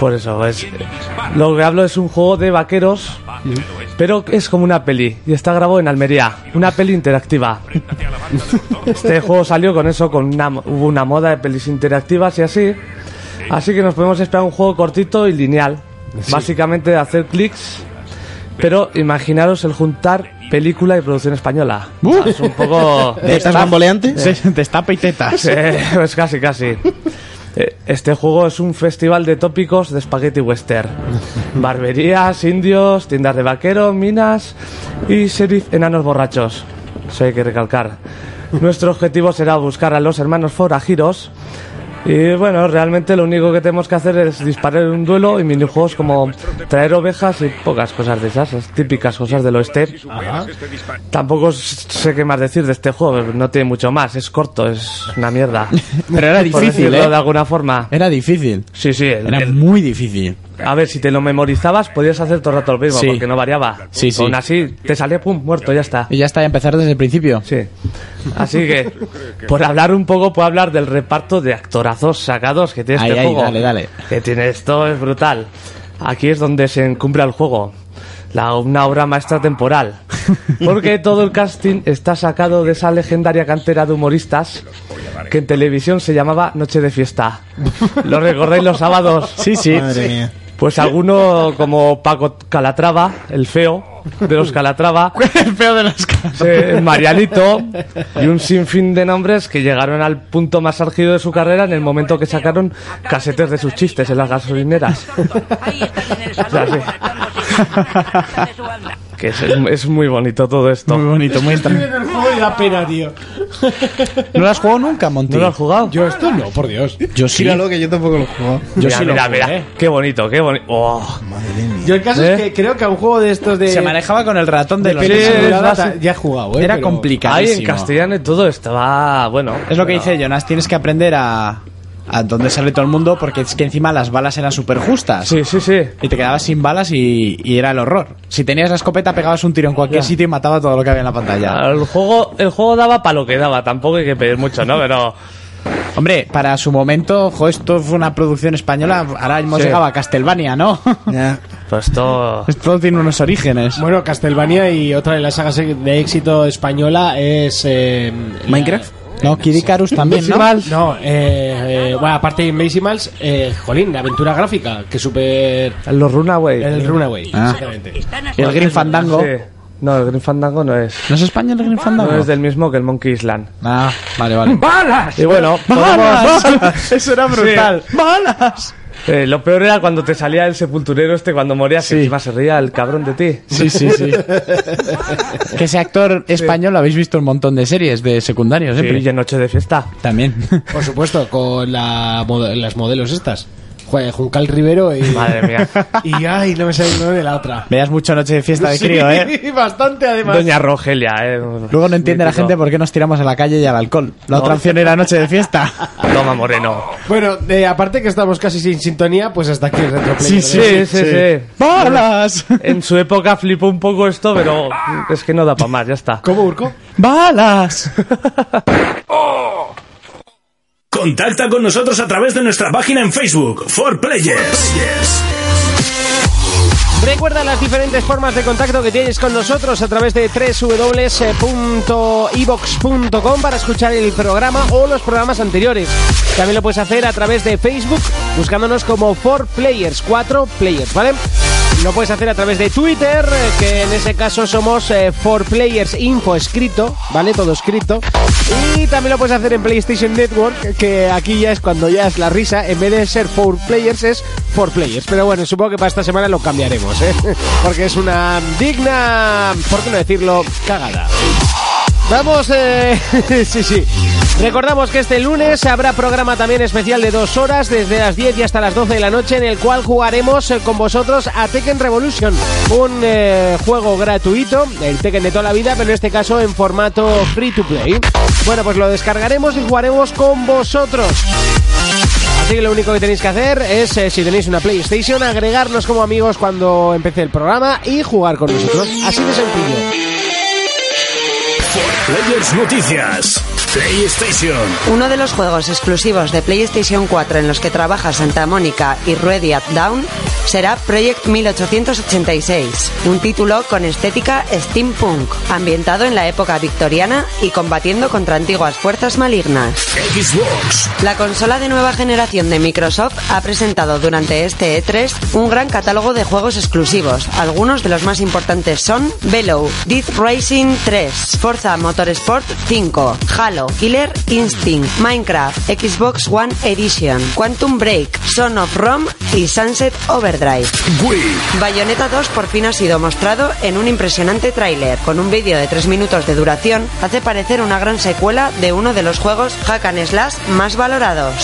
Speaker 5: Por eso, es, lo que hablo es un juego de vaqueros, pero es como una peli y está grabado en Almería, una peli interactiva. Este juego salió con eso, con una, hubo una moda de pelis interactivas y así. Así que nos podemos esperar un juego cortito y lineal, básicamente de hacer clics. Pero imaginaros el juntar película y producción española.
Speaker 2: Uh.
Speaker 5: Es un poco...
Speaker 6: ¿Estás bamboleante?
Speaker 4: Destapa y tetas.
Speaker 5: Eh, pues casi, casi. Eh, Este juego es un festival de tópicos de spaghetti western. Barberías, indios, tiendas de vaquero, minas y sheriff enanos borrachos. Eso hay que recalcar. Nuestro objetivo será buscar a los hermanos forajiros. Y bueno, realmente lo único que tenemos que hacer es disparar en un duelo y minijuegos como traer ovejas y pocas cosas de esas, esas típicas cosas del oeste. Tampoco s- sé qué más decir de este juego, no tiene mucho más, es corto, es una mierda.
Speaker 4: Pero era
Speaker 5: Por
Speaker 4: difícil,
Speaker 5: decirlo
Speaker 4: ¿eh?
Speaker 5: de alguna forma.
Speaker 4: Era difícil.
Speaker 5: Sí, sí. el-
Speaker 4: Era muy difícil.
Speaker 5: a ver, si te lo memorizabas, podías hacer todo el rato lo mismo,
Speaker 4: Sí.
Speaker 5: porque no variaba.
Speaker 4: Sí, sí.
Speaker 5: Aún así, te salía, pum, muerto, ya está.
Speaker 4: Y ya está, ya empezar desde el principio.
Speaker 5: Sí. Así que, por hablar un poco, puedo hablar del reparto de actorazos sacados que tiene
Speaker 4: Ahí,
Speaker 5: este
Speaker 4: ahí,
Speaker 5: juego.
Speaker 4: dale, dale.
Speaker 5: Que tiene esto, es brutal. Aquí es donde se encumbra el juego. La, una obra maestra temporal. Porque todo el casting está sacado de esa legendaria cantera de humoristas que en televisión se llamaba Noche de Fiesta. ¿Lo recordáis los sábados?
Speaker 4: Sí, sí.
Speaker 2: Ah,
Speaker 6: Madre mía.
Speaker 5: Pues alguno como Paco Calatrava, el feo de los Calatrava,
Speaker 4: El feo de las
Speaker 5: eh, Marianito y un sinfín de nombres que llegaron al punto más álgido de su carrera en el momento que sacaron casetes de sus chistes en las gasolineras. O sea, sí. Que es, es muy bonito todo esto.
Speaker 4: Muy bonito, muy extraño.
Speaker 2: El juego y da pena, tío.
Speaker 4: ¿No lo has jugado nunca, Monty?
Speaker 5: ¿No lo has jugado?
Speaker 2: Yo esto no, por Dios.
Speaker 4: Yo sí.
Speaker 6: Míralo, que yo tampoco lo juego.
Speaker 4: Yo
Speaker 5: mira,
Speaker 4: sí lo
Speaker 5: mira,
Speaker 4: jugué. ¿eh?
Speaker 5: mira. Qué bonito, qué bonito. Oh.
Speaker 2: Yo el caso es
Speaker 5: ¿Eh?
Speaker 2: que creo que a un juego de estos de.
Speaker 4: Se manejaba con el ratón de,
Speaker 2: de
Speaker 4: los
Speaker 2: peli
Speaker 5: Sí,
Speaker 4: dedos.
Speaker 5: es
Speaker 2: asegurada,
Speaker 5: básico.
Speaker 2: ya he jugado, eh,
Speaker 4: Era
Speaker 2: pero-
Speaker 4: complicadísimo.
Speaker 5: Ahí en castellano y todo estaba bueno.
Speaker 4: Es lo que
Speaker 5: pero-
Speaker 4: dice Jonas, tienes que aprender a... a donde sale todo el mundo, porque es que encima las balas eran súper justas.
Speaker 5: Sí, sí, sí.
Speaker 4: Y te quedabas sin balas y, y era el horror. Si tenías la escopeta, pegabas un tiro en cualquier sitio y mataba todo lo que había en la pantalla.
Speaker 5: El juego, el juego daba para lo que daba, tampoco hay que pedir mucho, ¿no? Pero
Speaker 4: Hombre, para su momento, jo, esto fue una producción española. Ahora mismo
Speaker 5: Sí.
Speaker 4: llegaba a Castlevania, ¿no?
Speaker 6: Ya.
Speaker 5: pues todo...
Speaker 4: esto tiene unos orígenes.
Speaker 8: Bueno, Castlevania y otra de las sagas de éxito española es... eh, la-
Speaker 6: ¿Minecraft?
Speaker 4: No, Kid Icarus también, ¿no?
Speaker 8: No, eh, eh, bueno, aparte de Maximals, eh, jolín, la aventura gráfica, que super...
Speaker 5: Los Runaway.
Speaker 8: El Runaway,
Speaker 4: Ah.
Speaker 8: exactamente.
Speaker 4: Y el Green Fandango.
Speaker 5: Sí. No, el Green Fandango no es.
Speaker 4: ¿No es España el Green Fandango?
Speaker 5: No es del mismo que el Monkey Island.
Speaker 4: Ah, vale, vale.
Speaker 5: Y bueno, podemos-
Speaker 4: Eso era brutal. ¡Balas!
Speaker 5: Eh, lo peor era cuando te salía el sepulturero este cuando morías y encima se reía el cabrón de ti.
Speaker 4: Sí, sí, sí. que ese actor español lo habéis visto en un montón de series de secundarios, ¿eh? Pero
Speaker 5: Y en noche de fiesta.
Speaker 4: También.
Speaker 8: Por supuesto, con la mod- las modelos estas. Jue- Juncal Rivero y...
Speaker 5: Madre mía.
Speaker 8: Y ay, no me sale el nombre de la otra.
Speaker 4: Veas mucho Noche de Fiesta de Crío, ¿eh?
Speaker 8: Sí, bastante además.
Speaker 5: Doña Rogelia, eh.
Speaker 4: Luego no entiende la
Speaker 5: Mítico.
Speaker 4: gente por qué nos tiramos a la calle y al alcohol. La otra opción era Noche de Fiesta.
Speaker 5: Toma, Moreno.
Speaker 8: Bueno, eh, aparte que estamos casi sin sintonía, pues hasta aquí el retroplayer. de hoy.
Speaker 5: sí, sí.
Speaker 4: ¡Balas!
Speaker 5: En su época flipó un poco esto, pero es que no da para más, ya está.
Speaker 8: ¿Cómo, Urco?
Speaker 4: ¡Balas!
Speaker 1: Contacta con nosotros a través de nuestra página en Facebook, For Players.
Speaker 2: Recuerda las diferentes formas de contacto que tienes con nosotros a través de e www.ibox.com para escuchar el programa o los programas anteriores. También lo puedes hacer a través de Facebook buscándonos como 4Players, 4Players, ¿vale? Lo puedes hacer a través de Twitter, eh, que en ese caso somos 4Players Info escrito, ¿vale? Todo escrito. Y también lo puedes hacer en PlayStation Network, que aquí ya es cuando ya es la risa, en vez de ser 4Players es 4Players. Pero bueno, supongo que para esta semana lo cambiaremos, ¿eh? Porque es una digna, por qué no decirlo, cagada. Vamos, eh, sí, sí. Recordamos que este lunes habrá programa también especial de dos horas, desde las 10 y hasta las 12 de la noche, en el cual jugaremos eh, con vosotros a Tekken Revolution, un eh, juego gratuito, el Tekken de toda la vida, pero en este caso en formato free to play. Bueno, pues lo descargaremos y jugaremos con vosotros. Así que lo único que tenéis que hacer es, eh, si tenéis una PlayStation, agregarnos como amigos cuando empiece el programa y jugar con nosotros. Así de sencillo.
Speaker 1: Players Noticias. PlayStation.
Speaker 3: Uno de los juegos exclusivos de PlayStation 4 en los que trabaja Santa Mónica y Ready at Down será Project 1886, un título con estética steampunk, ambientado en la época victoriana y combatiendo contra antiguas fuerzas malignas.
Speaker 1: Xbox.
Speaker 3: La consola de nueva generación de Microsoft ha presentado durante este E3 un gran catálogo de juegos exclusivos. Algunos de los más importantes son Below, Death Racing 3, Forza Motorsport 5, Halo, Killer Instinct, Minecraft, Xbox One Edition, Quantum Break, Son of Rome y Sunset Overdrive.
Speaker 1: Wii.
Speaker 3: Bayonetta 2 por fin ha sido mostrado en un impresionante tráiler. Con un vídeo de 3 minutos de duración, hace parecer una gran secuela de uno de los juegos hack and slash más valorados.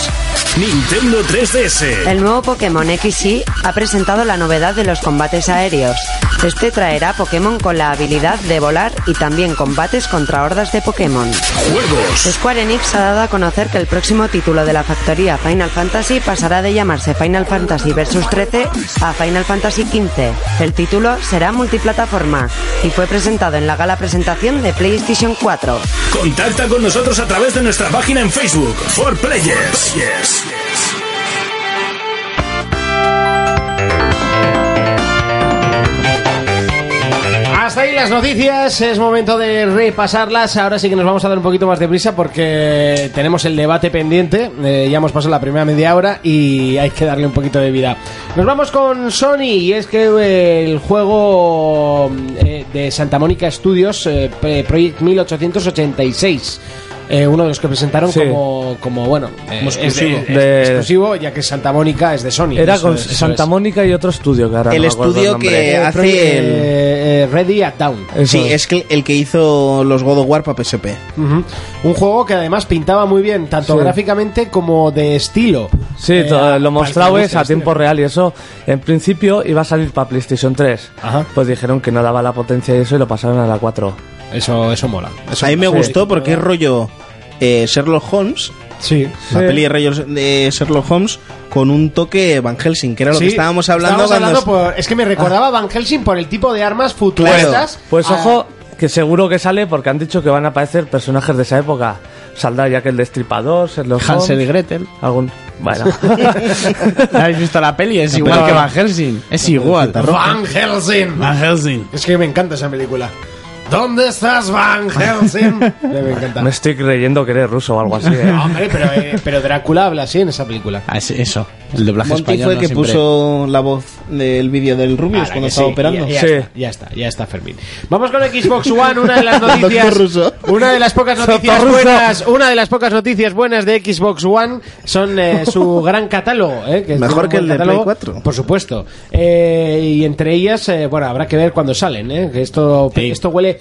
Speaker 1: Nintendo 3DS.
Speaker 3: El nuevo Pokémon XY ha presentado la novedad de los combates aéreos. Este traerá Pokémon con la habilidad de volar y también combates contra hordas de Pokémon.
Speaker 1: Juegos.
Speaker 3: Square Enix ha dado a conocer que el próximo título de la factoría Final Fantasy pasará de llamarse Final Fantasy Versus 13 a Final Fantasy 15. El título será multiplataforma y fue presentado en la gala presentación de PlayStation 4.
Speaker 1: Contacta con nosotros a través de nuestra página en Facebook, For Players.
Speaker 8: Hasta ahí las noticias, es momento de repasarlas. Ahora sí que nos vamos a dar un poquito más de prisa porque tenemos el debate pendiente. Eh, ya hemos pasado la primera media hora y hay que darle un poquito de vida. Nos vamos con Sony y es que eh, el juego eh, de Santa Mónica Studios, eh, Pre- Project 1886. eh, uno de los que presentaron
Speaker 5: Sí.
Speaker 8: como, como bueno eh, es de-
Speaker 5: exclusivo.
Speaker 8: es de
Speaker 5: De-
Speaker 8: exclusivo ya que Santa Mónica es de Sony
Speaker 5: Era
Speaker 8: Eso
Speaker 5: con
Speaker 8: es, eso
Speaker 5: Santa
Speaker 8: es.
Speaker 5: Mónica y otro estudio que ahora
Speaker 6: El
Speaker 5: no me acuerdo
Speaker 6: estudio
Speaker 5: nombre.
Speaker 6: que-
Speaker 8: Eh,
Speaker 6: hace
Speaker 8: Project,
Speaker 6: el-
Speaker 8: eh, eh, Ready at Down
Speaker 5: Eso
Speaker 6: Sí, es que el que hizo los God of War para PSP.
Speaker 8: Ujú. Un juego que además pintaba muy bien, tanto
Speaker 5: Sí.
Speaker 8: gráficamente como de estilo.
Speaker 5: Sí,
Speaker 8: Eh,
Speaker 5: to-
Speaker 8: a-
Speaker 5: lo mostrado
Speaker 8: para el que le
Speaker 5: es
Speaker 8: guste
Speaker 5: a
Speaker 8: el
Speaker 5: tiempo real y eso. En principio iba a salir para PlayStation 3.
Speaker 8: Ajá.
Speaker 5: Pues dijeron que no daba la potencia y eso y lo pasaron a la 4.
Speaker 8: estilo. Eso, eso mola. Eso
Speaker 6: a mí me
Speaker 8: mola.
Speaker 6: gustó porque es rollo eh, Sherlock Holmes,
Speaker 8: Sí.
Speaker 6: La peli de Rayos de Sherlock Holmes con un toque Van Helsing, que era lo que estábamos hablando.
Speaker 2: Estábamos
Speaker 6: cuando- Ah.
Speaker 2: hablando por- es que me recordaba a Van Helsing por el tipo de armas futuristas.
Speaker 5: Pues
Speaker 2: Ah,
Speaker 5: ojo, que seguro que sale porque han dicho que van a aparecer personajes de esa época. Saldrá Jack el Destripador, Sherlock
Speaker 4: Hansel y
Speaker 5: Holmes,
Speaker 4: Gretel.
Speaker 5: algún... Bueno,
Speaker 4: ¿Habéis visto la peli? Es igual que Van Helsing. Es igual.
Speaker 2: Van Helsing.
Speaker 9: Van Helsing.
Speaker 2: Es que me encanta esa película. ¿Dónde estás, Van Helsing? me me encanta.
Speaker 5: me estoy creyendo que eres ruso o algo así. ¿eh?
Speaker 2: No, hombre, pero, eh, pero Drácula habla así en esa película.
Speaker 4: Ah, es- eso. El doblaje
Speaker 6: Monty
Speaker 4: español
Speaker 6: fue el
Speaker 4: no
Speaker 6: que
Speaker 4: siempre- Ah,
Speaker 6: puso la voz del vídeo del Rubius
Speaker 2: Ahora
Speaker 6: cuando
Speaker 2: que
Speaker 6: estaba
Speaker 2: sí,
Speaker 6: operando.
Speaker 2: Ya, ya
Speaker 5: Sí.
Speaker 2: está, ya está, ya está, Fermín. Vamos con Xbox One, una de las
Speaker 6: Doctor
Speaker 2: noticias.
Speaker 6: Russo.
Speaker 2: una de las pocas noticias
Speaker 5: Doctor Russo.
Speaker 2: buenas. Una de las pocas noticias buenas de Xbox One son eh, su gran catálogo. eh, que es
Speaker 6: Mejor
Speaker 2: un
Speaker 6: que el
Speaker 2: buen
Speaker 6: de
Speaker 2: catálogo,
Speaker 6: Play 4.
Speaker 2: Por supuesto. Eh, y entre ellas, eh, bueno, habrá que ver cuando salen, eh, que esto, esto huele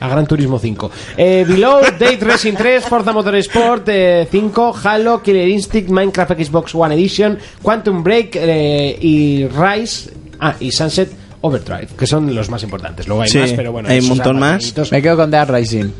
Speaker 2: a Gran Turismo 5. Eh, Below, Date Racing 3, Forza Motorsport eh, 5, Halo, Killer Instinct, Minecraft Xbox One Edition, Quantum Break eh, y Rise ah, y Sunset Overdrive, que son los más importantes. Luego hay
Speaker 6: Sí,
Speaker 2: más, pero bueno,
Speaker 6: hay un
Speaker 2: esos
Speaker 6: montón más.
Speaker 2: apartaditos.
Speaker 4: Me quedo con Dead Rising.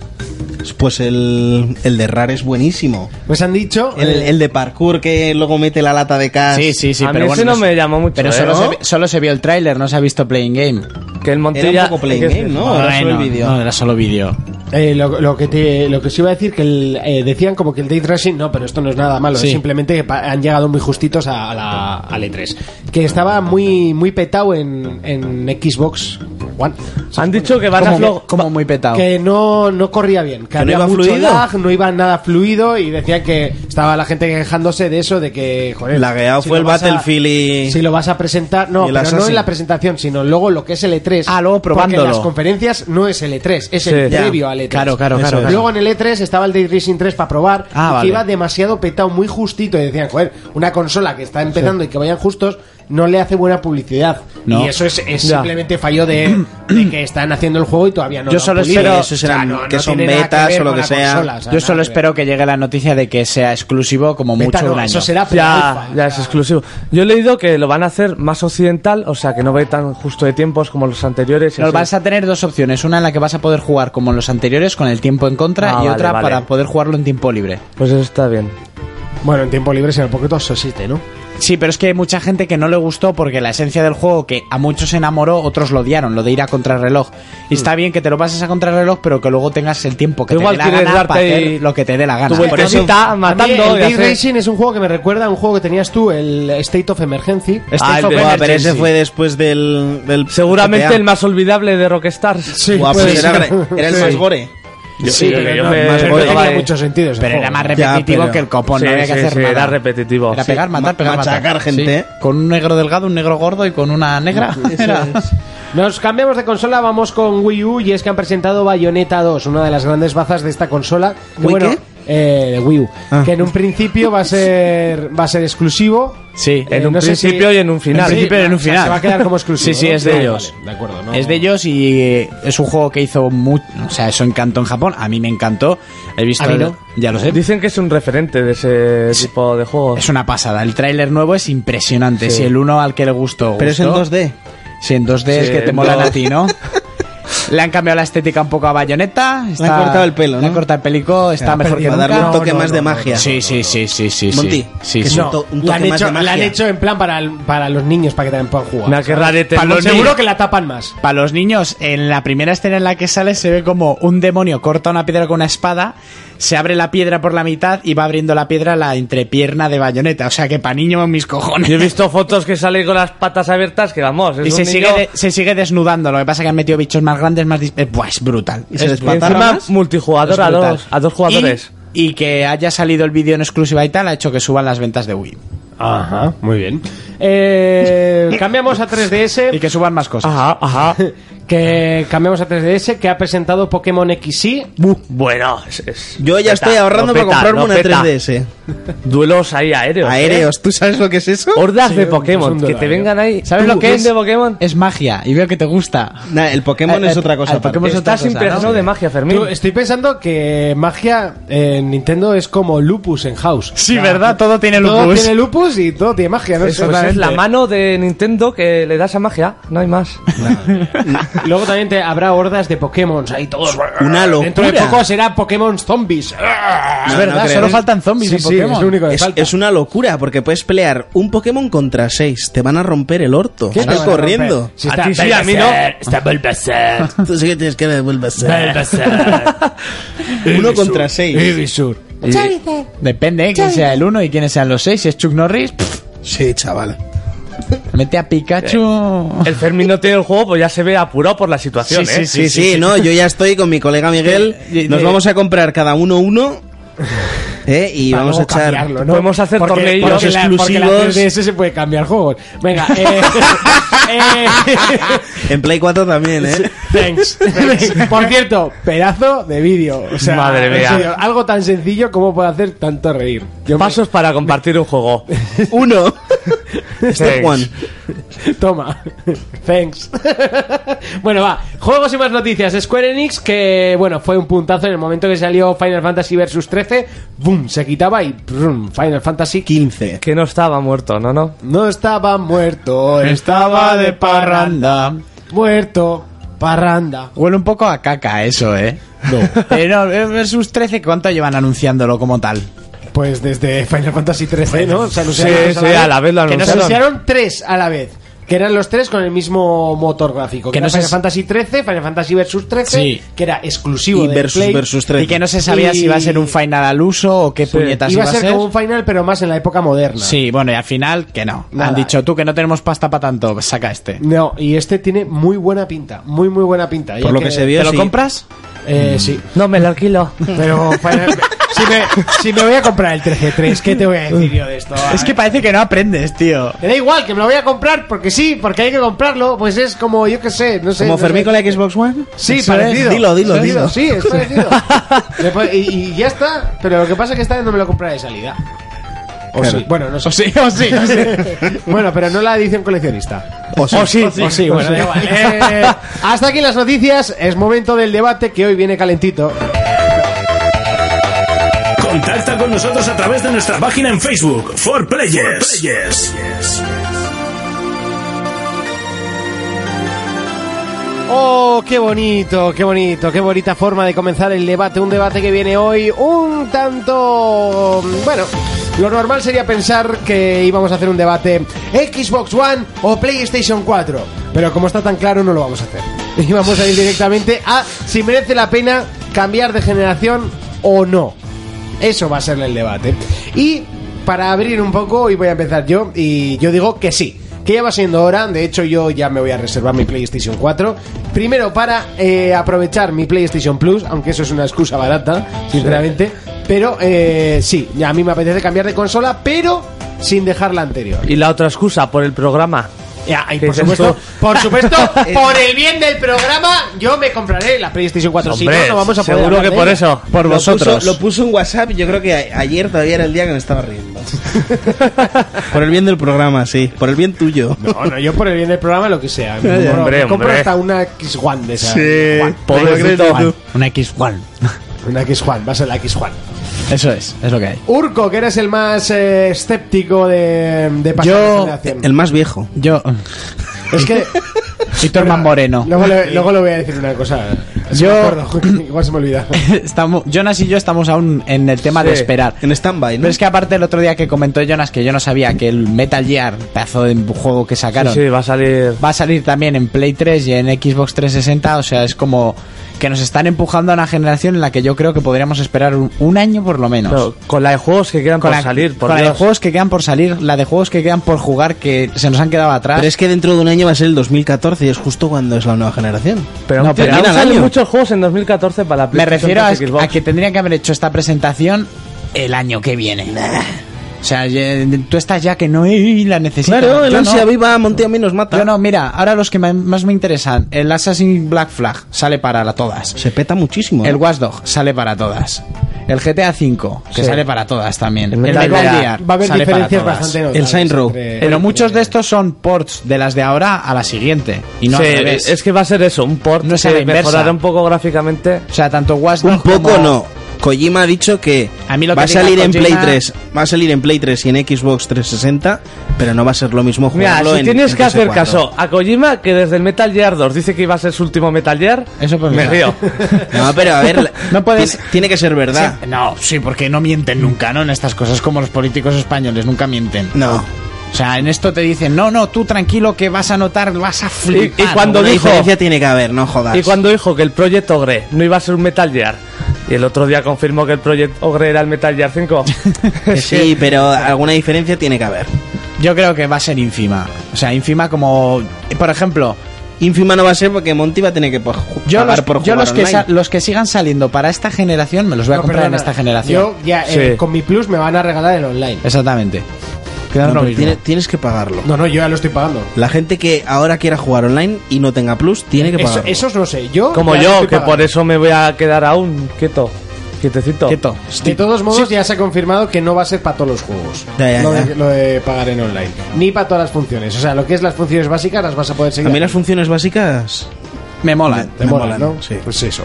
Speaker 6: Pues el, el de Rar es buenísimo.
Speaker 2: Pues han dicho.
Speaker 6: El,
Speaker 2: eh,
Speaker 6: el de parkour que luego mete la lata de gas.
Speaker 4: Sí, sí, sí.
Speaker 5: a
Speaker 4: pero
Speaker 5: mí
Speaker 4: bueno,
Speaker 5: ese no
Speaker 4: se-
Speaker 5: me llamó mucho,
Speaker 4: Pero
Speaker 5: ¿eh?
Speaker 4: solo,
Speaker 5: ¿No?
Speaker 4: se, vi- solo se vio el tráiler, no se ha visto Playing Game.
Speaker 5: Que el
Speaker 6: Era
Speaker 5: Montilla...
Speaker 6: un poco play
Speaker 5: que-
Speaker 6: game, ¿no? Era solo el
Speaker 4: Bueno,
Speaker 6: vídeo.
Speaker 4: No, era solo vídeo.
Speaker 2: Eh, lo, lo que te, lo que os iba a decir que el, eh, decían como que el day tracing no, pero esto no es nada malo,
Speaker 4: Sí.
Speaker 2: es simplemente que pa- han llegado muy justitos a, a la al E3, que estaba muy muy petado en, en Xbox One,
Speaker 5: Han dicho que van a...
Speaker 4: Como,
Speaker 5: flo-
Speaker 4: como muy petado.
Speaker 2: que no no corría bien, que,
Speaker 6: no
Speaker 2: había
Speaker 6: iba
Speaker 2: mucho
Speaker 6: fluido.
Speaker 2: lag, no iba nada fluido y decían que estaba la gente quejándose de eso, de que joder,
Speaker 6: Lagueado
Speaker 2: lo
Speaker 6: fue el
Speaker 2: vas a-
Speaker 6: Battlefield y-
Speaker 2: si lo vas a presentar, no,
Speaker 6: y el
Speaker 2: pero no en
Speaker 6: Assassin.
Speaker 2: la presentación, sino luego lo que es el E3,
Speaker 4: Ah, luego probándolo.
Speaker 2: porque las conferencias no es el E3, es el
Speaker 5: Sí.
Speaker 6: Ya.
Speaker 2: previo al E E3.
Speaker 4: Claro, claro,
Speaker 6: Eso
Speaker 4: claro.
Speaker 6: es.
Speaker 4: claro.
Speaker 2: Luego en el E3 estaba el Day Racing 3 para probar,
Speaker 4: Ah,
Speaker 2: y
Speaker 4: vale.
Speaker 2: que iba demasiado petado, muy justito, y decían, joder, una consola que está empezando y que vayan justos, no le hace buena publicidad.
Speaker 4: No.
Speaker 2: Y eso es, es
Speaker 5: Ya.
Speaker 2: simplemente fallo de, de que están haciendo el juego y todavía no
Speaker 4: Yo
Speaker 2: lo han
Speaker 4: solo
Speaker 2: pulido.
Speaker 4: espero-
Speaker 2: O sea,
Speaker 6: esos eran-
Speaker 2: no- no
Speaker 6: que son
Speaker 2: tiene nada
Speaker 6: betas
Speaker 2: ver
Speaker 6: o lo
Speaker 2: con
Speaker 6: que
Speaker 2: la
Speaker 6: sea.
Speaker 2: consola, o sea,
Speaker 4: Yo
Speaker 2: nada
Speaker 4: solo
Speaker 2: que ver.
Speaker 4: espero que llegue la noticia de que sea exclusivo como
Speaker 2: Beta
Speaker 4: mucho
Speaker 2: no,
Speaker 4: un año.
Speaker 2: Eso será
Speaker 5: Ya,
Speaker 2: pre-alfa,
Speaker 5: ya es exclusivo. Yo he leído que lo van a hacer más occidental, o sea, que no va a ir tan justo de tiempos como los anteriores. y
Speaker 4: Nos
Speaker 5: así.
Speaker 4: vas a tener dos opciones, una en la que vas a poder jugar como en los anteriores con el tiempo en contra
Speaker 5: Ah,
Speaker 4: y
Speaker 5: vale,
Speaker 4: otra
Speaker 5: vale.
Speaker 4: para poder jugarlo en tiempo libre.
Speaker 5: Pues eso está bien.
Speaker 2: Bueno, en tiempo libre en el Pocket eso existe, ¿no?
Speaker 4: Sí, pero es que hay mucha gente que no le gustó porque la esencia del juego que a muchos enamoró, otros lo odiaron, lo de ir a contrarreloj. Y
Speaker 2: Mm.
Speaker 4: está bien que te lo pases a contrarreloj, pero que luego tengas el tiempo que
Speaker 5: Tú
Speaker 4: te
Speaker 5: igual
Speaker 4: dé la
Speaker 5: quieres
Speaker 4: gana para
Speaker 5: darte
Speaker 4: hacer lo que te dé la gana.
Speaker 5: Tu
Speaker 4: Por e- eso-
Speaker 5: vueltecita
Speaker 2: También
Speaker 5: matando
Speaker 2: el
Speaker 5: y
Speaker 2: Day
Speaker 5: hacer-
Speaker 2: Racing es un juego que me recuerda a un juego que tenías tú, el State of Emergency.
Speaker 4: State
Speaker 5: Ah, el
Speaker 4: of
Speaker 5: de-
Speaker 6: Buah, pero
Speaker 4: Emergency.
Speaker 6: ese fue después del. del
Speaker 5: Seguramente
Speaker 6: GTA.
Speaker 5: el más olvidable de Rockstars. Sí.
Speaker 6: Buah, pues
Speaker 2: puede
Speaker 6: era,
Speaker 2: ser.
Speaker 6: gra- era el más gore.
Speaker 5: sí,
Speaker 2: pero
Speaker 5: que yo
Speaker 2: no,
Speaker 5: me-
Speaker 2: más
Speaker 5: me
Speaker 2: gore.
Speaker 5: pegaba
Speaker 2: tenía
Speaker 5: ahí.
Speaker 2: mucho sentido ese
Speaker 4: Pero
Speaker 2: juego.
Speaker 4: era más
Speaker 6: Ya,
Speaker 4: repetitivo
Speaker 6: pero-
Speaker 4: que el copón,
Speaker 5: Sí,
Speaker 4: no había que
Speaker 5: sí,
Speaker 4: hacer
Speaker 5: sí,
Speaker 4: nada.
Speaker 5: era repetitivo.
Speaker 4: Era
Speaker 5: sí.
Speaker 4: pegar, matar,
Speaker 6: Ma-
Speaker 4: pegar,
Speaker 6: machacar
Speaker 4: matar.
Speaker 6: gente, ¿eh?
Speaker 4: Con un negro delgado, un negro gordo y con una negra. Era-
Speaker 2: Nos cambiamos de consola, vamos con Wii U y es que han presentado Bayonetta 2, una de las grandes bazas de esta consola. Que,
Speaker 6: ¿Wii
Speaker 2: bueno,
Speaker 6: qué?
Speaker 2: eh, de Wii U,
Speaker 6: Ah.
Speaker 2: que en un principio va a ser va a ser exclusivo.
Speaker 4: Sí,
Speaker 5: en
Speaker 2: Eh,
Speaker 5: un
Speaker 2: no sé si-
Speaker 5: principio y en un final.
Speaker 4: En principio y en un
Speaker 2: o sea,
Speaker 4: final.
Speaker 2: se va a quedar como exclusivo.
Speaker 4: Sí, sí,
Speaker 2: ¿no?
Speaker 4: es de
Speaker 2: Vale,
Speaker 4: ellos.
Speaker 2: vale, de acuerdo, no-
Speaker 4: Es de ellos y eh, es un juego que hizo mucho, o sea, eso encantó en Japón. A mí me encantó. He visto,
Speaker 2: A mí no.
Speaker 4: ya lo sé.
Speaker 5: Dicen que es un referente de ese tipo de juegos.
Speaker 4: Es una pasada. El tráiler nuevo es impresionante. Si el uno al que le gustó,
Speaker 6: Pero es en
Speaker 4: gustó.
Speaker 6: 2D.
Speaker 4: Si en 2D es
Speaker 5: Sí,
Speaker 4: que te
Speaker 5: en
Speaker 4: molan a
Speaker 5: 2D.
Speaker 4: ti, ¿no? Le han cambiado la estética un poco a Bayonetta. Está,
Speaker 6: cortado el pelo,
Speaker 4: Le
Speaker 6: ¿no?
Speaker 4: han cortado el pelico. Está mejor que
Speaker 6: Para darle
Speaker 4: nunca.
Speaker 6: un toque más de magia.
Speaker 4: Sí, sí, sí, sí, sí. sí.
Speaker 6: Monty,
Speaker 4: sí,
Speaker 6: que
Speaker 4: sí.
Speaker 6: es un to- un
Speaker 2: La han,
Speaker 6: toque más
Speaker 2: hecho,
Speaker 6: de
Speaker 2: la han
Speaker 6: magia.
Speaker 2: hecho en plan para, para los niños, para que también puedan jugar.
Speaker 5: Nah, qué rarete,
Speaker 2: Para los
Speaker 5: Lonnie.
Speaker 2: seguro que la tapan más.
Speaker 4: Para los niños, en la primera escena en la que sale se ve como un demonio corta una piedra con una espada, se abre la piedra por la mitad y va abriendo la piedra la entrepierna de bayoneta. O sea que para niños mis cojones.
Speaker 5: Yo he visto fotos que salen con las patas abiertas que vamos. Es
Speaker 4: Y se
Speaker 5: un
Speaker 4: sigue,
Speaker 5: niño-
Speaker 4: de- se sigue desnudando. Lo que pasa es que han metido bichos más grandes, más... dis- eh, Buah, es brutal.
Speaker 6: Y se
Speaker 4: Es
Speaker 5: Y
Speaker 6: despatarra
Speaker 5: encima
Speaker 6: más.
Speaker 5: multijugador
Speaker 4: Es
Speaker 5: a
Speaker 4: brutal.
Speaker 5: dos, a dos jugadores.
Speaker 4: Y, y que haya salido el vídeo en exclusiva y tal ha hecho que suban las ventas de Wii.
Speaker 2: Ajá, muy bien. Eh, cambiamos a 3DS.
Speaker 4: Y que suban más cosas.
Speaker 5: Ajá, ajá.
Speaker 2: Que cambiamos a 3DS, que ha presentado Pokémon XY.
Speaker 5: Bueno, es- es-
Speaker 6: Yo ya
Speaker 5: peta,
Speaker 6: estoy ahorrando
Speaker 5: no
Speaker 6: para
Speaker 5: peta,
Speaker 6: comprarme
Speaker 5: no
Speaker 6: una
Speaker 5: peta.
Speaker 6: 3DS.
Speaker 5: Duelos ahí aéreos. ¿eh?
Speaker 6: Aéreos, ¿tú sabes lo que es eso?
Speaker 5: Hordas de
Speaker 2: es un
Speaker 5: Pokémon, que
Speaker 2: duelo
Speaker 5: te
Speaker 2: aéreo.
Speaker 5: vengan ahí.
Speaker 4: ¿Sabes
Speaker 5: ¿Tú,
Speaker 4: lo que
Speaker 5: quién
Speaker 4: es?
Speaker 5: de Pokémon?
Speaker 4: Es magia. Y veo que te gusta.
Speaker 6: Nah, el Pokémon
Speaker 4: Eh,
Speaker 6: es
Speaker 4: eh,
Speaker 6: otra cosa.
Speaker 4: el Pokémon
Speaker 6: aparte.
Speaker 4: es otra
Speaker 5: Estás
Speaker 4: cosa,
Speaker 5: impregnado
Speaker 4: ¿no?
Speaker 5: de magia, Fermín.
Speaker 2: Tú- estoy pensando que magia en Nintendo es como lupus en house.
Speaker 4: Sí, ¿verdad? Todo tiene
Speaker 2: Todo
Speaker 4: lupus.
Speaker 2: tiene lupus y todo tiene magia, ¿no?
Speaker 5: Eso es,
Speaker 2: Exactamente.
Speaker 5: la mano de Nintendo que le da esa magia, no hay más.
Speaker 2: Luego también te- habrá hordas de Pokémon ahí todos.
Speaker 6: Una
Speaker 2: Dentro de
Speaker 6: locura.
Speaker 2: poco será Pokémon zombies.
Speaker 6: No,
Speaker 4: Es
Speaker 6: no
Speaker 4: verdad,
Speaker 6: creo.
Speaker 4: solo faltan zombies
Speaker 2: Sí,
Speaker 4: en
Speaker 2: sí,
Speaker 4: Pokémon.
Speaker 2: es lo único que
Speaker 6: Es,
Speaker 2: falta.
Speaker 6: es una locura porque puedes pelear un Pokémon contra seis. Te van a romper el orto.
Speaker 2: ¿Qué te
Speaker 6: Sal
Speaker 2: van a
Speaker 6: corriendo.
Speaker 2: romper? Si está-
Speaker 10: Está Bulbasaur.
Speaker 6: Tú sí que tienes que devolver a ser.
Speaker 10: Bulbasaur.
Speaker 6: Uno contra seis.
Speaker 4: Depende ¿eh? quién sea el uno y quiénes sean los seis. Si es Chuck Norris, pff,
Speaker 6: Sí, chaval.
Speaker 4: mete a Pikachu.
Speaker 5: El Fermín no tiene el juego, pues ya se ve apurado por la situación,
Speaker 4: Sí,
Speaker 5: ¿eh?
Speaker 6: Sí, sí, no, yo ya estoy con mi colega Miguel.
Speaker 4: Eh, eh,
Speaker 6: Nos
Speaker 4: eh.
Speaker 6: vamos a comprar cada uno uno. ¿eh? Y vamos a echar.
Speaker 2: cambiarlo,
Speaker 5: Podemos hacer torneillos
Speaker 2: porque la- porque la
Speaker 6: exclusivos.
Speaker 2: 3DS se puede cambiar juegos. Venga, eh, eh,
Speaker 6: En Play 4 también, ¿eh?
Speaker 2: Thanks. Por cierto, pedazo de vídeo. O sea,
Speaker 5: Madre
Speaker 2: en
Speaker 5: mía.
Speaker 2: serio, algo tan sencillo como puede hacer tanto reír. Yo me-
Speaker 5: Pasos para compartir un juego.
Speaker 6: Uno.
Speaker 5: Thanks.
Speaker 6: Step one.
Speaker 2: Toma. Thanks. bueno, va. Juegos y más noticias. Square Enix, que, bueno, fue un puntazo en el momento que salió Final Fantasy Versus 13. Boom, se quitaba y brum, Final Fantasy
Speaker 6: 15.
Speaker 5: Que no estaba muerto, no, no.
Speaker 2: No estaba muerto, estaba de parranda. Muerto, parranda.
Speaker 4: Huele un poco a caca eso, ¿eh? No. no, eh, Versus 13, ¿cuánto llevan anunciándolo como tal?
Speaker 2: Pues desde Final Fantasy 13, ¿no? Se
Speaker 5: Sí,
Speaker 2: anunciaron dos
Speaker 5: sí, a la vez lo
Speaker 2: Que nos
Speaker 5: anunciaron.
Speaker 2: anunciaron tres a la vez. Que eran los tres con el mismo motor gráfico. Que,
Speaker 4: Que
Speaker 2: era
Speaker 4: no se-
Speaker 2: Final Fantasy 13, Final Fantasy Versus 13,
Speaker 4: Sí.
Speaker 2: que era exclusivo
Speaker 6: Y
Speaker 2: de
Speaker 6: versus,
Speaker 2: Play.
Speaker 6: versus 3.
Speaker 4: Y que no se sabía
Speaker 2: Y-
Speaker 4: si iba a ser un final al uso o qué puñetas
Speaker 2: Iba a ser como un final, pero más en la época moderna.
Speaker 4: Sí, bueno, y al final que no.
Speaker 2: Nada.
Speaker 4: Han dicho tú que no tenemos pasta para tanto, pues saca este.
Speaker 2: No, y este tiene muy buena pinta, muy muy buena pinta. ya
Speaker 6: Por lo que se vio,
Speaker 4: ¿Te lo
Speaker 6: sí.
Speaker 4: compras?
Speaker 2: Eh, sí.
Speaker 5: No, me lo alquilo.
Speaker 2: Pero Final- si, me, si me voy a comprar el 13.3, ¿qué te voy a decir yo de esto?
Speaker 4: Es que parece que no aprendes, tío.
Speaker 2: Me da igual, que me lo voy a comprar porque sí, porque hay que comprarlo. Pues es como, yo qué sé, no sé.
Speaker 6: ¿Como
Speaker 2: no
Speaker 6: Fermín
Speaker 2: sé.
Speaker 6: con la Xbox One?
Speaker 2: Sí,
Speaker 4: Eso es.
Speaker 2: parecido.
Speaker 6: Dilo, dilo,
Speaker 2: Eso es.
Speaker 6: dilo.
Speaker 2: Sí, es parecido. Le pon- y, y ya está, pero lo que pasa es que esta vez no me lo compraré de salida. O sí. Bueno, no sé.
Speaker 4: O sí, o sí, o sí.
Speaker 2: bueno, pero no la edición coleccionista.
Speaker 6: O sí.
Speaker 2: o sí, bueno, da igual. Eh, hasta aquí las noticias. Es momento del debate que hoy viene calentito.
Speaker 1: Contacta con nosotros a través de nuestra página en Facebook, For Players.
Speaker 2: Oh, qué bonito, qué bonito, qué bonita forma de comenzar el debate. Un debate que viene hoy un tanto... Bueno, lo normal sería pensar que íbamos a hacer un debate Xbox One o PlayStation 4. Pero como está tan claro, no lo vamos a hacer. Y vamos a ir directamente a si merece la pena cambiar de generación o no. Eso va a ser el debate. Y para abrir un poco, y voy a empezar yo, y yo digo que sí, que ya va siendo hora, de hecho yo ya me voy a reservar mi PlayStation 4, primero para eh, aprovechar mi PlayStation Plus, aunque eso es una excusa barata, sinceramente, pero eh, sí, a mí me apetece cambiar de consola, pero sin dejar la anterior.
Speaker 5: Y la otra excusa, por el programa.
Speaker 2: Ya, y
Speaker 5: ¿Qué
Speaker 2: por
Speaker 5: dices
Speaker 2: supuesto,
Speaker 5: tú?
Speaker 2: por supuesto, por el bien del programa, yo me compraré la PlayStation 4. si no,
Speaker 5: Hombre,
Speaker 2: no vamos a poder
Speaker 5: seguro
Speaker 2: hablar
Speaker 5: que
Speaker 2: de
Speaker 5: por
Speaker 2: ella.
Speaker 5: eso.
Speaker 4: Por
Speaker 6: Lo
Speaker 4: vosotros.
Speaker 6: puso- lo puso en WhatsApp, yo creo que a- ayer todavía era el día que me estaba riendo. por el bien del programa, sí. Por el bien tuyo.
Speaker 2: No, no, yo por el bien del programa lo que sea. Me compro,
Speaker 5: Hombre,
Speaker 2: me compro
Speaker 5: hombre.
Speaker 2: hasta una X One de esa.
Speaker 6: Sí,
Speaker 5: Pobrecito.
Speaker 4: Una X One.
Speaker 2: Una X One, va a ser la X One.
Speaker 4: Eso es, es lo que hay.
Speaker 2: Urco, que eres el más eh, escéptico de, de pasar
Speaker 4: Yo-
Speaker 2: de generación.
Speaker 6: El más viejo.
Speaker 4: Yo.
Speaker 2: Es que
Speaker 4: Y Torman Moreno.
Speaker 2: luego le, luego le voy a decir una cosa. Si
Speaker 4: Yo-
Speaker 2: me acuerdo, igual se me olvida.
Speaker 4: Estamos, Jonas y yo estamos aún en el tema de
Speaker 5: Sí.
Speaker 4: esperar.
Speaker 6: En stand-by, ¿no?
Speaker 4: Pero es que aparte el otro día que comentó Jonas que yo no sabía que el Metal Gear, pedazo de juego que sacaron,
Speaker 5: Sí, sí, va a salir.
Speaker 4: va a salir también en Play 3 y en Xbox 360. O sea, es como que nos están empujando a una generación en la que yo creo que podríamos esperar un, un año por lo menos.
Speaker 5: No, con la de juegos que quedan
Speaker 4: Con
Speaker 5: por
Speaker 4: la-
Speaker 5: salir, por
Speaker 4: con la de
Speaker 5: Dios.
Speaker 4: juegos que quedan por salir, la de juegos que quedan por jugar que se nos han quedado atrás.
Speaker 6: Pero es que dentro de un año va a ser el 2014 y es justo cuando es la nueva generación.
Speaker 5: Pero,
Speaker 4: No, pero
Speaker 5: aún
Speaker 6: mira el
Speaker 5: salen
Speaker 6: año.
Speaker 5: muchos juegos en 2014 para la
Speaker 4: Me refiero a,
Speaker 5: PlayStation
Speaker 4: a
Speaker 5: Xbox.
Speaker 4: que tendrían que haber hecho esta presentación el año que viene. O sea, ye- tú estás ya que no ey, la necesitas.
Speaker 6: Claro, el
Speaker 4: Yo
Speaker 6: ansia
Speaker 4: no.
Speaker 6: viva Montea menos mata.
Speaker 4: Yo no, mira, ahora los que ma- más me interesan, el Assassin's Black Flag sale para la- todas.
Speaker 6: Se peta muchísimo. ¿eh?
Speaker 4: El
Speaker 6: ¿no?
Speaker 4: Watch Dog sale para todas. El GTA V, que
Speaker 5: Sí.
Speaker 4: sale para todas también.
Speaker 5: El
Speaker 4: El
Speaker 5: Metal
Speaker 4: Metal
Speaker 5: Gear.
Speaker 4: Gear
Speaker 2: Va a haber
Speaker 4: sale para
Speaker 2: diferencias
Speaker 4: todas.
Speaker 2: bastante eh, notables.
Speaker 6: Saints Row.
Speaker 2: entre-
Speaker 4: Pero muchos de estos son ports de las de ahora a la siguiente. Y no
Speaker 5: Sí,
Speaker 4: al revés.
Speaker 5: es que va a ser eso, un port
Speaker 4: No es a la
Speaker 5: que
Speaker 4: inversa.
Speaker 5: mejorará un poco gráficamente.
Speaker 4: O sea, tanto Watch
Speaker 6: Un
Speaker 4: Dogs
Speaker 6: poco
Speaker 4: como-
Speaker 6: no. Kojima ha dicho que,
Speaker 4: A mí lo que
Speaker 6: va a
Speaker 4: diga
Speaker 6: salir en
Speaker 4: Kojima-
Speaker 6: Play 3, va a salir en Play 3 y en Xbox 360, pero no va a ser lo mismo
Speaker 5: Mira,
Speaker 6: jugarlo
Speaker 5: si
Speaker 6: en-
Speaker 5: tienes
Speaker 6: en
Speaker 5: que hacer
Speaker 6: PS4.
Speaker 5: caso a Kojima, que desde el Metal Gear 2 dice que iba a ser su último Metal Gear,
Speaker 4: Eso pues por
Speaker 5: me
Speaker 4: mí.
Speaker 5: río.
Speaker 6: No, pero a ver,
Speaker 4: No puedes-
Speaker 6: tiene, tiene que ser verdad.
Speaker 4: Sí, no, sí, porque no mienten nunca, ¿no? En estas cosas, como los políticos españoles, nunca mienten.
Speaker 6: No.
Speaker 4: O sea, en esto te dicen, no, no, tú tranquilo que vas a notar, vas a flipar.
Speaker 5: y cuando
Speaker 4: ¿no?
Speaker 6: Una
Speaker 5: dijo-
Speaker 6: diferencia tiene que haber, no jodas.
Speaker 5: Y cuando dijo que el Project Ogre no iba a ser un Metal Gear, y el otro día confirmó que el Project Ogre era el Metal Gear 5. es
Speaker 6: Sí,
Speaker 5: que-
Speaker 6: pero alguna diferencia tiene que haber.
Speaker 4: Yo creo que va a ser ínfima. O sea, ínfima como, por ejemplo,
Speaker 6: Ínfima no va a ser porque Monty va a tener que pa- ju-
Speaker 4: yo
Speaker 6: pagar
Speaker 4: los,
Speaker 6: por
Speaker 4: yo
Speaker 6: jugar
Speaker 4: los que,
Speaker 6: online.
Speaker 4: sa- los que sigan saliendo para esta generación me los voy a
Speaker 2: No,
Speaker 4: comprar en
Speaker 2: perdona,
Speaker 4: esta generación.
Speaker 2: Yo ya eh,
Speaker 5: Sí.
Speaker 2: con mi plus me van a regalar el online.
Speaker 4: Exactamente.
Speaker 6: No,
Speaker 4: Quedan lo
Speaker 6: pero
Speaker 4: mismo.
Speaker 6: tiene- tienes que pagarlo.
Speaker 2: No, no, yo ya lo estoy pagando.
Speaker 6: La gente que ahora quiera jugar online y no tenga plus tiene que
Speaker 2: Eso,
Speaker 6: pagarlo.
Speaker 2: esos no sé. Yo
Speaker 5: como
Speaker 2: ya lo
Speaker 5: yo,
Speaker 2: estoy
Speaker 5: que
Speaker 2: pagando.
Speaker 5: por eso me voy a quedar aún quieto, quietecito.
Speaker 4: Quieto.
Speaker 2: De todos modos, ya se ha confirmado que no va a ser para todos los juegos.
Speaker 6: Ya, ya,
Speaker 2: lo,
Speaker 6: ya.
Speaker 2: De, lo de pagar en online. Ni para todas las funciones. O sea, lo que es las funciones básicas las vas a poder
Speaker 6: A
Speaker 2: seguir.
Speaker 6: mí las funciones básicas
Speaker 4: Me molan.
Speaker 2: Te mola, ¿no?
Speaker 6: Sí.
Speaker 2: Pues eso.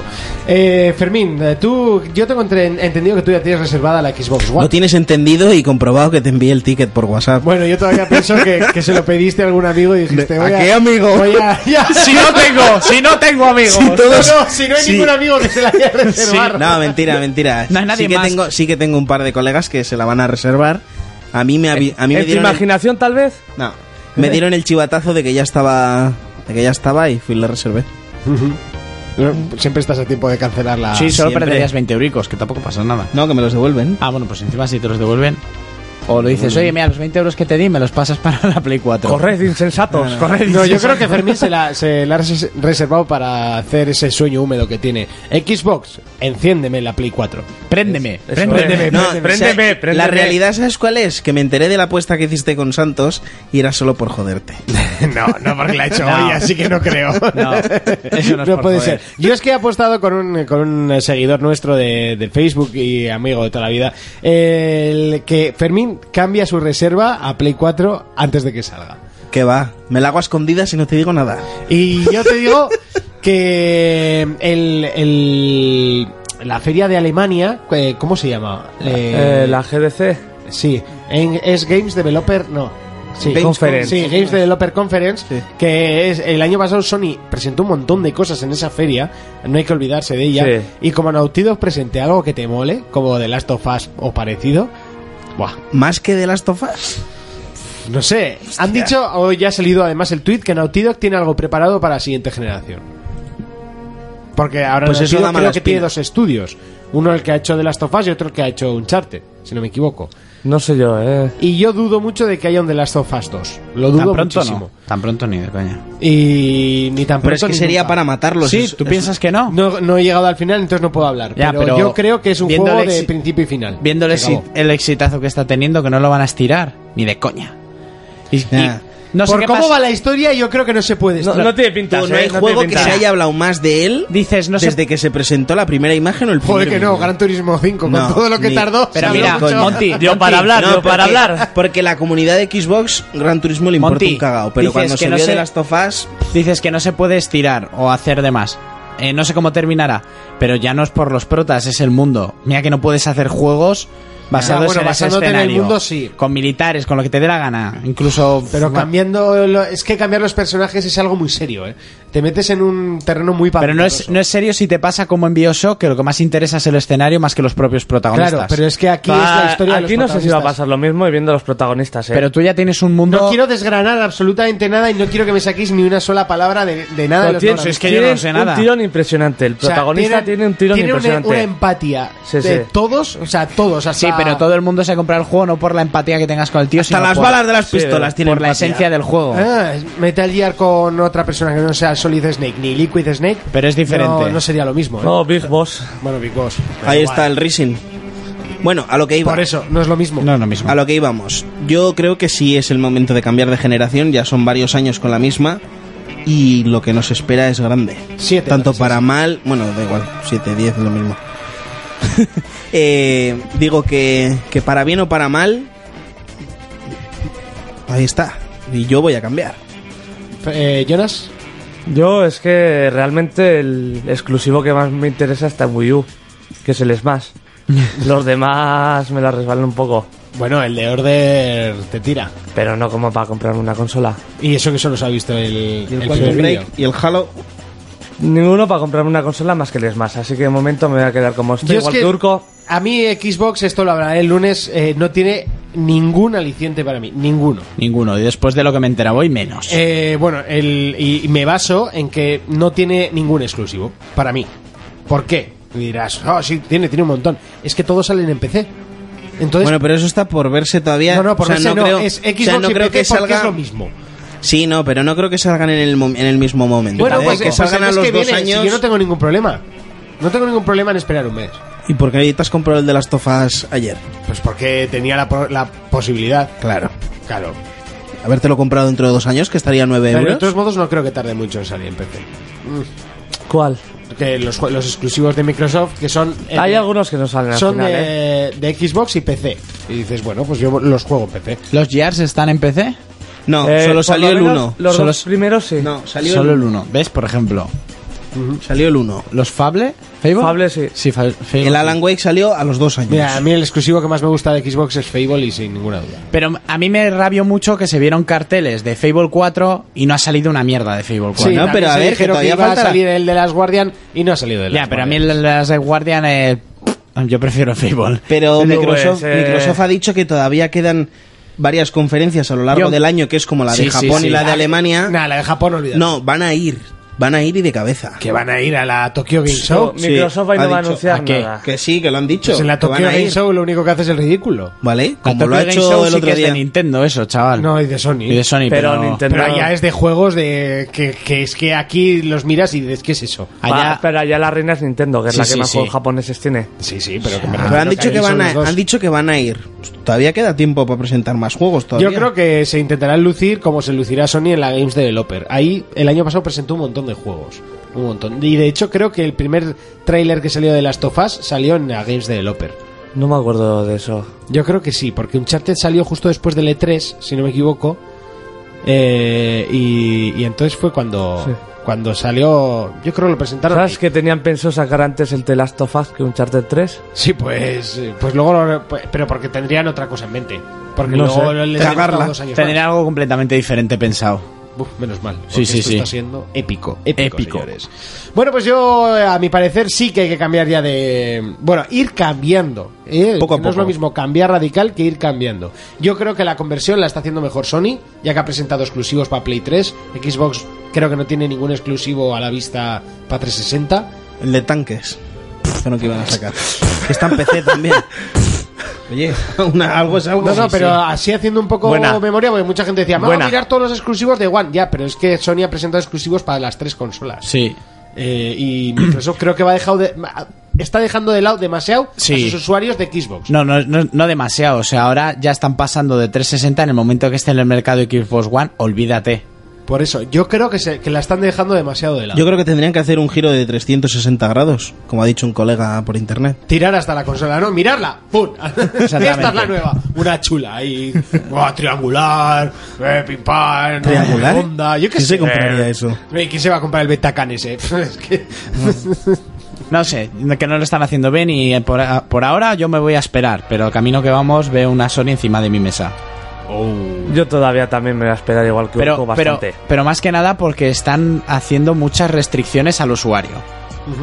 Speaker 2: Eh, Fermín, eh, tú, yo tengo entre- entendido que tú ya tienes reservada la Xbox One.
Speaker 6: no tienes entendido y comprobado que te envié el ticket por WhatsApp.
Speaker 2: Bueno, yo todavía pienso que, que se lo pediste a algún amigo y dijiste,
Speaker 6: ¿A
Speaker 2: voy
Speaker 6: qué amigo?
Speaker 2: voy a- ya.
Speaker 4: Si no tengo, si no tengo amigos. pues
Speaker 6: Si todos-
Speaker 2: No, no, si no hay
Speaker 6: sí.
Speaker 2: ningún amigo que se la haya reservado.
Speaker 6: No, mentira, mentira.
Speaker 4: No hay nadie
Speaker 6: sí, que
Speaker 4: más.
Speaker 6: Tengo, sí que tengo un par de colegas que se la van a reservar. A mí me, avi- a mí me
Speaker 5: ¿En tu
Speaker 6: dieron el,
Speaker 5: imaginación, tal vez?
Speaker 6: no, me dieron el chivatazo de que ya estaba de que ya estaba y fui y la reservé.
Speaker 2: Ujú. Siempre estás a tiempo de cancelar la...
Speaker 4: Sí, solo
Speaker 6: Ah, siempre.
Speaker 4: perderías 20 euricos, que tampoco pasa nada.
Speaker 6: No, que me los devuelven.
Speaker 4: Ah, bueno, pues encima si te los devuelven. O lo dices, oye, mira, los 20 euros que te di me los pasas para la Play 4.
Speaker 5: Corred, insensatos. corred.
Speaker 2: No, yo creo que Fermín se la, se la ha res- reservado para hacer ese sueño húmedo que tiene. Xbox, enciéndeme la Play 4.
Speaker 4: Préndeme. préndeme.
Speaker 5: Préndeme,
Speaker 6: No,
Speaker 5: préndeme,
Speaker 6: o sea,
Speaker 5: préndeme,
Speaker 6: La
Speaker 5: préndeme.
Speaker 6: realidad, ¿sabes cuál es? Que me enteré de la apuesta que hiciste con Santos y era solo por joderte.
Speaker 2: No, no, porque la ha hecho
Speaker 4: No.
Speaker 2: hoy, así que no creo.
Speaker 4: No, eso no es por
Speaker 2: puede ser.
Speaker 4: joder.
Speaker 2: Yo es que he apostado con un, con un eh, seguidor nuestro de, de Facebook y amigo de toda la vida, el que Fermín cambia su reserva a Play 4 antes de que salga.
Speaker 6: Que va, me la hago a escondidas y no te digo nada.
Speaker 2: Y yo te digo que el, el- la feria de Alemania, eh, ¿cómo se llama? Eh,
Speaker 5: Eh, la GDC.
Speaker 2: Sí, en, es Games Developer, no. Sí,
Speaker 5: Games Conference.
Speaker 2: Sí, Games Developer Conference,
Speaker 6: Sí.
Speaker 2: que es el año pasado Sony presentó un montón de cosas en esa feria, no hay que olvidarse de ella.
Speaker 5: Sí.
Speaker 2: Y como Naughty Dog presente algo que te mole, como The Last of Us o parecido, buah,
Speaker 6: Más que de Last of Us.
Speaker 2: no sé. Han dicho, hoy ya ha salido además el tweet que Naughty Dog tiene algo preparado para la siguiente generación. Porque ahora
Speaker 6: Pues
Speaker 2: Naughty
Speaker 6: eso da
Speaker 2: Dog creo
Speaker 6: mala
Speaker 2: que tiene
Speaker 6: espina.
Speaker 2: dos estudios, uno el que ha hecho The Last of Us y otro el que ha hecho Uncharted, si no me equivoco.
Speaker 5: No sé yo, eh.
Speaker 2: Y yo dudo mucho de que haya un The Last of Us 2. Lo
Speaker 4: Tan
Speaker 2: dudo
Speaker 4: pronto
Speaker 2: muchísimo.
Speaker 4: no. Tan pronto ni de coña.
Speaker 2: Y ni tan
Speaker 6: Pero es
Speaker 2: pronto
Speaker 6: que
Speaker 2: ni
Speaker 6: sería
Speaker 2: nunca.
Speaker 6: para matarlos.
Speaker 4: Sí,
Speaker 6: es-
Speaker 4: ¿tú
Speaker 6: es-
Speaker 4: piensas que no?
Speaker 2: No, no he llegado al final, entonces no puedo hablar.
Speaker 4: Ya,
Speaker 2: pero,
Speaker 4: pero
Speaker 2: yo creo que es un
Speaker 4: viendo
Speaker 2: juego
Speaker 4: el
Speaker 2: de
Speaker 4: exi-
Speaker 2: principio y final.
Speaker 4: Viendo el,
Speaker 2: Se acabó.
Speaker 4: exi- el exitazo que está teniendo, que no lo van a estirar. Ni de coña. Y, y
Speaker 6: Nah.
Speaker 4: no sé
Speaker 2: Por
Speaker 4: qué
Speaker 2: cómo
Speaker 4: pasa-
Speaker 2: va la historia, yo creo que no se puede.
Speaker 5: No,
Speaker 2: estar-
Speaker 5: no tiene pinta,
Speaker 6: Tú, no
Speaker 5: eh,
Speaker 6: hay
Speaker 5: no tiene
Speaker 6: juego que
Speaker 5: pinta.
Speaker 6: se haya hablado más de él
Speaker 4: Dices, no sé-
Speaker 6: desde que se presentó la primera imagen o el
Speaker 2: Joder, que
Speaker 6: primer
Speaker 2: no,
Speaker 6: vídeo.
Speaker 2: Gran Turismo 5,
Speaker 6: No,
Speaker 2: con todo lo que
Speaker 6: ni-
Speaker 2: tardó.
Speaker 4: Pero
Speaker 2: se habló
Speaker 4: mira,
Speaker 2: mucho.
Speaker 4: Monty,
Speaker 5: Yo
Speaker 4: Monty,
Speaker 5: para hablar,
Speaker 6: No,
Speaker 5: yo para hablar.
Speaker 6: Porque la comunidad de Xbox, Gran Turismo le importa
Speaker 4: Monty,
Speaker 6: un cagao. Pero
Speaker 4: dices
Speaker 6: cuando
Speaker 4: que
Speaker 6: se
Speaker 4: no
Speaker 6: vio
Speaker 4: sé-
Speaker 6: de Last of Us,
Speaker 4: Dices que no se puede estirar o hacer de más. Eh, no sé cómo terminará, pero ya no es por los protas, es el mundo. Mira que no puedes hacer juegos basados
Speaker 2: bueno,
Speaker 4: en ese
Speaker 2: basándote en el
Speaker 4: escenario.
Speaker 2: mundo, sí.
Speaker 4: Con militares, con lo que te dé la gana. Incluso...
Speaker 2: Pero
Speaker 4: Bueno,
Speaker 2: cambiando. lo- es que cambiar los personajes es algo muy serio, ¿eh? Te metes en un terreno muy
Speaker 4: Pero no es,
Speaker 2: pantanoso.
Speaker 4: no es serio si te pasa como en Bioshock, que lo que más interesa es el escenario más que los propios protagonistas.
Speaker 2: Claro, pero es que aquí es la
Speaker 5: Va-
Speaker 2: historia de los
Speaker 5: aquí no sé si va a
Speaker 2: protagonistas.
Speaker 5: pasar lo mismo y viendo a los protagonistas, eh.
Speaker 4: Pero tú ya tienes un mundo...
Speaker 2: No, quiero desgranar absolutamente nada y no quiero que me saquéis ni una sola palabra de, de nada. de
Speaker 5: Pero
Speaker 2: los
Speaker 5: tiene-
Speaker 2: programas.
Speaker 4: es que yo no
Speaker 5: tienen
Speaker 4: sé nada.
Speaker 5: un tirón impresionante. El
Speaker 2: O sea,
Speaker 5: protagonista tiene, un tirón
Speaker 2: tiene e- una-
Speaker 5: impresionante.
Speaker 2: Una, empatía
Speaker 5: Sí,
Speaker 2: de
Speaker 5: sí.
Speaker 2: todos, o sea, todos. Hasta,
Speaker 4: Sí, pero todo el mundo se compra el juego no por la empatía que tengas con el tío,
Speaker 6: hasta
Speaker 4: sino
Speaker 6: las
Speaker 4: por,
Speaker 6: balas de las
Speaker 5: sí,
Speaker 6: pistolas
Speaker 5: por
Speaker 4: por
Speaker 6: tienen
Speaker 4: la
Speaker 6: empatía. ¿Eh?
Speaker 4: esencia del juego.
Speaker 2: Ah, Metal Gear con otra persona que no sea Solid Snake ni Liquid Snake.
Speaker 4: Pero es diferente.
Speaker 2: No, no sería lo mismo. ¿eh?
Speaker 5: No, Big Boss.
Speaker 2: Bueno, Big Boss. da
Speaker 6: Ahí
Speaker 2: igual.
Speaker 6: está el Rising. Bueno, a lo que iba.
Speaker 2: Por eso, no es lo mismo.
Speaker 4: No es lo mismo.
Speaker 6: A lo que íbamos. Yo creo que sí es el momento de cambiar de generación. Ya son varios años con la misma. Y lo que nos espera es grande.
Speaker 2: Siete,
Speaker 6: Tanto
Speaker 2: gracias.
Speaker 6: para mal. Bueno, da igual. 7, 10, lo mismo. Eh, digo que, que para bien o para mal. Ahí está. Y yo voy a cambiar.
Speaker 2: Eh, Jonas,
Speaker 5: Yo es que realmente el exclusivo que más me interesa está en Wii U, que es el Smash. Los demás me la resbalan un poco.
Speaker 2: Bueno, el de Order te tira.
Speaker 5: Pero no como para comprarme una consola.
Speaker 2: Y eso que solo se ha visto el,
Speaker 6: Y el,
Speaker 2: el
Speaker 6: Quantum
Speaker 2: primer
Speaker 6: Break
Speaker 2: vídeo.
Speaker 6: y el Halo.
Speaker 5: Ninguno para comprarme una consola más que el Smash. Así que de momento me voy a quedar como estoy.
Speaker 2: Yo es
Speaker 5: igual
Speaker 2: que
Speaker 5: turco.
Speaker 2: A mí Xbox, esto lo hablaré el lunes, eh, no tiene ningún aliciente para mí, ninguno.
Speaker 4: Ninguno. Y después de lo que me enteraba hoy, menos.
Speaker 2: Eh, bueno, el, y, y me baso en que no tiene ningún exclusivo para mí. ¿Por qué? Y dirás, oh, sí, tiene, tiene un montón. Es que todos salen en PC. Entonces,
Speaker 6: Bueno, pero eso está por verse todavía.
Speaker 2: no, no, por
Speaker 6: O sea,
Speaker 2: verse no,
Speaker 6: creo-
Speaker 2: es
Speaker 6: o sea,
Speaker 2: Xbox
Speaker 6: no
Speaker 2: y
Speaker 6: creo
Speaker 2: PC
Speaker 6: que
Speaker 2: porque es
Speaker 6: salga.
Speaker 2: lo mismo.
Speaker 6: Sí, no, pero no creo que salgan en el, mom- en el mismo momento.
Speaker 2: Bueno,
Speaker 6: ¿eh?
Speaker 2: pues,
Speaker 6: que
Speaker 2: pues el
Speaker 6: salgan a
Speaker 2: mes
Speaker 6: los
Speaker 2: que
Speaker 6: dos
Speaker 2: viene, si
Speaker 6: años.
Speaker 2: yo no tengo ningún problema. No tengo ningún problema en esperar un mes.
Speaker 6: ¿Y por qué te has comprado el de las tofas ayer?
Speaker 2: Pues porque tenía la, pro- la posibilidad.
Speaker 6: Claro.
Speaker 2: Claro.
Speaker 6: Habértelo comprado dentro de dos años, que estaría a 9
Speaker 2: Pero de
Speaker 6: euros.
Speaker 2: todos modos no creo que tarde mucho en salir en PC.
Speaker 5: ¿Cuál?
Speaker 2: Porque los, jue- los exclusivos de Microsoft que son... eh,
Speaker 5: Hay algunos que no salen al
Speaker 2: Son
Speaker 5: final, ¿eh?
Speaker 2: de, de Xbox y PC. Y dices, bueno, pues yo los juego en PC.
Speaker 4: ¿Los Gears están en PC?
Speaker 6: No,
Speaker 5: Eh,
Speaker 6: solo
Speaker 5: por
Speaker 6: salió
Speaker 5: lo
Speaker 6: el
Speaker 5: menos
Speaker 6: 1.
Speaker 5: Los
Speaker 4: Solo
Speaker 5: dos
Speaker 4: es-
Speaker 5: primeros sí.
Speaker 6: No, salió,
Speaker 4: Solo
Speaker 6: el,
Speaker 4: el uno. ¿Ves? Por ejemplo,
Speaker 6: salió el 1.
Speaker 4: ¿los Fable? ¿Fable?
Speaker 5: Fable, sí.
Speaker 4: Fa- Fable,
Speaker 6: El
Speaker 4: sí.
Speaker 6: Alan Wake salió a los dos años.
Speaker 2: Mira, a mí el exclusivo que más me gusta de Xbox es Fable y sin ninguna duda.
Speaker 4: Pero a mí me rabio mucho que se vieron carteles de Fable 4 y no ha salido una mierda de Fable 4.
Speaker 6: Sí, no,
Speaker 2: también
Speaker 6: pero a
Speaker 2: se
Speaker 6: ver, que
Speaker 2: dijeron
Speaker 6: todavía
Speaker 2: iba a
Speaker 6: falta-
Speaker 2: salir el de las Guardian y no ha salido de las
Speaker 4: ya, pero a mí
Speaker 2: Guardian.
Speaker 4: las de Guardian eh, yo prefiero Fable.
Speaker 6: Pero
Speaker 5: Sí,
Speaker 6: Microsoft,
Speaker 5: pues, eh.
Speaker 6: Microsoft ha dicho que todavía quedan varias conferencias a lo largo
Speaker 4: Yo-
Speaker 6: del año, que es como la de
Speaker 4: Sí, sí,
Speaker 6: Japón
Speaker 4: sí.
Speaker 6: y la de Alemania.
Speaker 2: Ah, Nah, la de Japón olvidada.
Speaker 6: No, van a ir. Van a ir y de cabeza.
Speaker 2: Que van a ir a la Tokyo Game
Speaker 5: Pero
Speaker 2: Show.
Speaker 6: Sí,
Speaker 5: Microsoft ahí
Speaker 6: ha
Speaker 5: no va a
Speaker 6: dicho,
Speaker 5: anunciar
Speaker 4: ¿a qué?
Speaker 5: nada.
Speaker 6: Que sí, que lo han dicho.
Speaker 2: Pues en la
Speaker 6: que van
Speaker 2: Tokyo
Speaker 6: a
Speaker 2: Game
Speaker 6: ir.
Speaker 2: Show lo único que hace es el ridículo.
Speaker 6: ¿Vale?
Speaker 4: La
Speaker 6: Como
Speaker 4: Tokyo
Speaker 6: lo ha
Speaker 4: Game
Speaker 6: hecho
Speaker 4: Show
Speaker 6: el
Speaker 4: sí
Speaker 6: otro
Speaker 4: que es
Speaker 6: día.
Speaker 4: de Nintendo eso, chaval.
Speaker 2: No, y de Sony.
Speaker 4: y de Sony,
Speaker 5: Pero
Speaker 4: pero,
Speaker 5: Nintendo-
Speaker 2: Pero
Speaker 5: No.
Speaker 2: allá es de juegos de que, que es que aquí los miras y dices, ¿qué es eso?
Speaker 4: allá-
Speaker 5: Ah, pero allá la reina es Nintendo, que es
Speaker 4: Sí,
Speaker 5: la que
Speaker 4: sí,
Speaker 5: más
Speaker 4: sí.
Speaker 5: juegos japoneses tiene.
Speaker 2: Sí, sí, pero que me
Speaker 6: Pero
Speaker 2: refiero
Speaker 6: han dicho
Speaker 2: ahí
Speaker 6: que
Speaker 2: son
Speaker 6: van a,
Speaker 2: los dos.
Speaker 6: han dicho que van a ir. Todavía queda tiempo para presentar más juegos todavía.
Speaker 2: Yo creo que se intentarán lucir como se lucirá Sony en la Games Developer. Ahí el año pasado presentó un montón de juegos. Un montón. Y de hecho creo que el primer tráiler que salió de Last of Us salió en la Games Developer.
Speaker 5: No me acuerdo de eso.
Speaker 2: Yo creo que sí, porque Uncharted salió justo después del E3, si no me equivoco. Eh, y, y entonces fue cuando,
Speaker 5: Sí.
Speaker 2: cuando salió... Yo creo que lo presentaron...
Speaker 5: ¿Sabes que tenían pensado sacar antes el The Last of Us que un Charter 3?
Speaker 2: Sí, pues, eh, pues luego... lo- pues- pero porque tendrían otra cosa en mente. Porque
Speaker 5: No
Speaker 2: luego
Speaker 5: sé.
Speaker 2: les han
Speaker 6: Cagarla.
Speaker 2: dado dos años más.
Speaker 4: tendría algo completamente diferente pensado.
Speaker 2: Uf, menos mal.
Speaker 4: Sí,
Speaker 2: porque
Speaker 4: sí,
Speaker 2: esto
Speaker 4: sí.
Speaker 2: Está siendo épico, épico,
Speaker 4: Épico.
Speaker 2: señores. Bueno, pues yo, eh, a mi parecer, sí que hay que cambiar ya de. Bueno, ir cambiando. ¿eh?
Speaker 6: Poco a
Speaker 2: Que No es
Speaker 6: poco.
Speaker 2: lo mismo cambiar radical que ir cambiando. Yo creo que la conversión la está haciendo mejor Sony, ya que ha presentado exclusivos para Play 3. Xbox creo que no tiene ningún exclusivo a la vista para 360.
Speaker 6: El de tanques. Eso no que iban a sacar. Que Está en PC también. Oye, una- algo es algo.
Speaker 2: No, no,
Speaker 6: Sí,
Speaker 2: pero
Speaker 6: sí.
Speaker 2: así haciendo un poco
Speaker 5: Buena.
Speaker 2: memoria, porque mucha gente decía, vamos a
Speaker 5: Buena.
Speaker 2: mirar todos los exclusivos de One. Ya, pero es que Sony ha presentado exclusivos para las tres consolas.
Speaker 4: Sí.
Speaker 2: Eh, y Microsoft creo que va dejado de- está dejando de lado demasiado a
Speaker 4: Sí.
Speaker 2: sus usuarios de Xbox.
Speaker 4: No, no, no, no demasiado. O sea, ahora ya están pasando de 360 en el momento que esté en el mercado Xbox One, olvídate.
Speaker 2: Por eso, yo creo que, se, que la están dejando demasiado de lado.
Speaker 6: Yo creo que tendrían que hacer un giro de 360 grados, como ha dicho un colega por internet.
Speaker 2: Tirar hasta la consola, ¿no? Mirarla. ¡Pum! Esta es la nueva. Una chula ahí. Buah, triangular. Eh, pim, pam,
Speaker 6: ¿Triangular?
Speaker 2: redonda, Yo qué
Speaker 6: ¿Quién
Speaker 2: sé.
Speaker 6: se compraría eso?
Speaker 2: Eh, ¿Quién se va a comprar el Betacan ese? es que...
Speaker 4: No sé, que no lo están haciendo bien y eh, por, ah, por ahora yo me voy a esperar, pero el camino que vamos veo una Sony encima de mi mesa.
Speaker 5: Yo todavía también me voy a esperar igual que
Speaker 4: Pero,
Speaker 5: Urco
Speaker 4: pero,
Speaker 5: bastante.
Speaker 4: pero más que nada porque están haciendo muchas restricciones al usuario.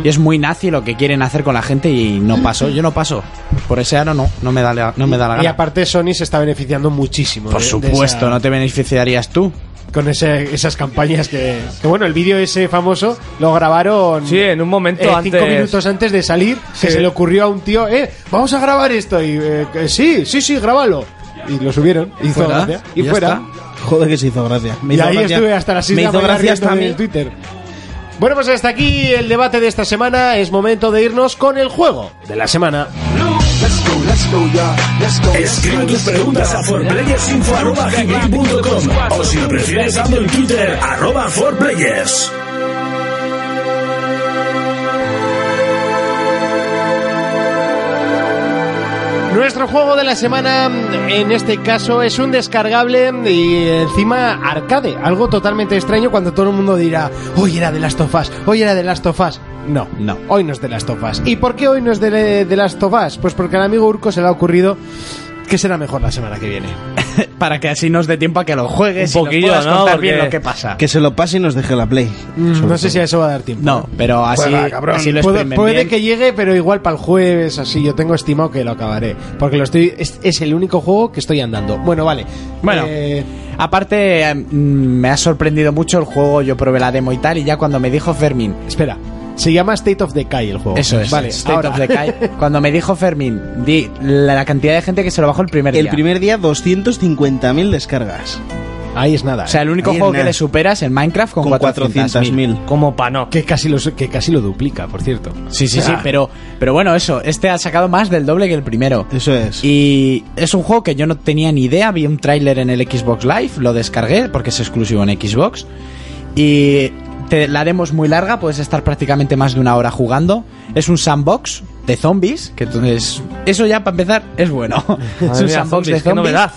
Speaker 4: Y es muy nazi lo que quieren hacer con la gente y no paso, yo no paso. Por ese ano no, no me da la, no me da la
Speaker 2: Y
Speaker 4: gana.
Speaker 2: aparte Sony se está beneficiando muchísimo.
Speaker 4: Por
Speaker 2: de- de
Speaker 4: supuesto,
Speaker 2: esa-
Speaker 4: no te beneficiarías tú.
Speaker 2: con ese- esas campañas que, que, bueno el vídeo ese famoso lo grabaron
Speaker 5: Sí, en un momento
Speaker 2: eh,
Speaker 5: antes.
Speaker 2: cinco minutos antes de salir
Speaker 5: Sí.
Speaker 2: que se le ocurrió a un tío eh vamos a grabar esto y eh, que sí sí sí grábalo y lo subieron hizo
Speaker 4: Fuera,
Speaker 2: gracia. y
Speaker 4: ya
Speaker 2: fuera
Speaker 4: está.
Speaker 6: Joder, que se hizo gracia. Me
Speaker 2: y
Speaker 6: hizo
Speaker 2: ahí
Speaker 6: gracia-
Speaker 2: estuve hasta las 6
Speaker 6: Me
Speaker 2: de la
Speaker 6: hizo
Speaker 2: mañana
Speaker 6: gracia hasta a
Speaker 2: riéndome
Speaker 6: mí.
Speaker 2: en Twitter bueno pues hasta aquí el debate de esta semana es momento de irnos con el juego de la semana
Speaker 1: Escribe tus preguntas a forplayersinfo.com o si lo prefieres dando en Twitter arroba forplayers.
Speaker 2: Nuestro juego de la semana, en este caso, es un descargable y encima arcade. Algo totalmente extraño cuando todo el mundo dirá, hoy era de Last of Us, hoy era de Last of Us. No,
Speaker 4: No.
Speaker 2: Hoy no es de las tofas. ¿Y por qué hoy no es de, de las tofas? Pues porque al amigo Urco se le ha ocurrido que será mejor la semana que viene.
Speaker 4: Para que así nos dé tiempo a que lo juegues
Speaker 5: Un
Speaker 4: y
Speaker 5: poquillo,
Speaker 4: nos puedas
Speaker 5: ¿no?
Speaker 4: contar
Speaker 5: Porque-
Speaker 4: bien lo que pasa.
Speaker 6: Que se lo pase y nos deje la play.
Speaker 2: Mm, No sé si a eso va a dar tiempo.
Speaker 4: No, pero así,
Speaker 2: Pues va, cabrón.
Speaker 4: así lo
Speaker 2: Puedo-
Speaker 4: exprimen
Speaker 2: puede
Speaker 4: bien.
Speaker 2: que llegue, pero igual para el jueves, así. Yo tengo estimado que lo acabaré. Porque lo estoy, es, es el único juego que estoy andando. Bueno, vale.
Speaker 4: Bueno,
Speaker 2: Eh,
Speaker 4: aparte eh, mm, me ha sorprendido mucho el juego, yo probé la demo y tal, y ya cuando me dijo Fermín,
Speaker 2: espera. Se llama State of Decay el juego.
Speaker 4: eso es,
Speaker 2: Oh, Vale,
Speaker 4: State
Speaker 2: ahora.
Speaker 4: of Decay, cuando me dijo Fermín, di la, la cantidad de gente que se lo bajó el primer
Speaker 6: El
Speaker 4: día.
Speaker 6: primer día 250.000 descargas.
Speaker 2: Ahí es nada.
Speaker 4: O sea,
Speaker 2: eh,
Speaker 4: el único
Speaker 6: Ahí
Speaker 4: juego
Speaker 6: en
Speaker 4: que
Speaker 6: nada.
Speaker 4: le superas en Minecraft con,
Speaker 6: Con
Speaker 4: 400.000.
Speaker 6: 400.000.
Speaker 5: Como pa' no.
Speaker 2: que, casi lo, su- que casi lo duplica, por cierto.
Speaker 4: Sí, sí, sí,
Speaker 2: Ah.
Speaker 4: pero, pero bueno, eso, este ha sacado más del doble que el primero.
Speaker 6: Eso es.
Speaker 4: Y es un juego que yo no tenía ni idea, vi un tráiler en el Xbox Live, lo descargué porque es exclusivo en Xbox. Y te- la demo es muy larga, puedes estar prácticamente más de una hora jugando. Es un sandbox de zombies, que entonces eso ya para empezar es bueno. es un
Speaker 5: mía,
Speaker 4: sandbox
Speaker 5: zombies,
Speaker 4: de
Speaker 5: qué
Speaker 4: zombies.
Speaker 5: novedad.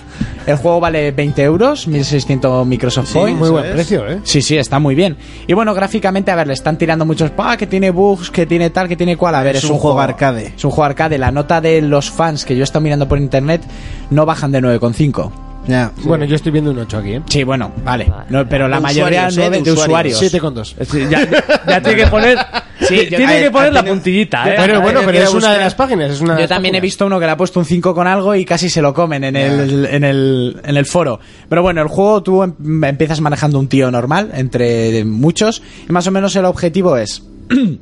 Speaker 4: El juego vale 20 euros, 1600 Microsoft Points.
Speaker 2: Muy
Speaker 6: eso
Speaker 2: buen
Speaker 6: es.
Speaker 2: precio, ¿eh?
Speaker 4: Sí, sí, está muy bien. Y bueno, gráficamente, a ver, le están tirando muchos. Ah, que tiene bugs, que tiene tal, que tiene cual. A ver, es,
Speaker 6: Es un juego arcade.
Speaker 4: Es un juego arcade. La nota de los fans que yo he estado mirando por internet no bajan de 9,5.
Speaker 6: Ya.
Speaker 2: Bueno, yo estoy viendo un 8 aquí, ¿eh?
Speaker 4: Sí, bueno, vale. No, pero la
Speaker 6: De
Speaker 4: mayoría
Speaker 6: usuarios, ¿eh?
Speaker 4: 9
Speaker 6: De
Speaker 4: de usuarios.
Speaker 6: usuarios.
Speaker 2: 7,2.
Speaker 5: Es decir, Ya, ya tiene que poner, tiene
Speaker 6: ahí-
Speaker 5: que poner
Speaker 6: ahí
Speaker 5: la
Speaker 6: tiene-
Speaker 5: puntillita, ¿eh?
Speaker 2: Pero bueno,
Speaker 6: Ahí
Speaker 2: pero
Speaker 6: voy a
Speaker 2: es una de
Speaker 6: buscar.
Speaker 2: las páginas. Es una de
Speaker 4: Yo
Speaker 2: las
Speaker 4: también he
Speaker 2: páginas.
Speaker 4: visto uno que le ha puesto un 5 con algo y casi se lo comen en el, en el, en el foro. Pero bueno, el juego tú em- empiezas manejando un tío normal entre muchos y más o menos el objetivo es,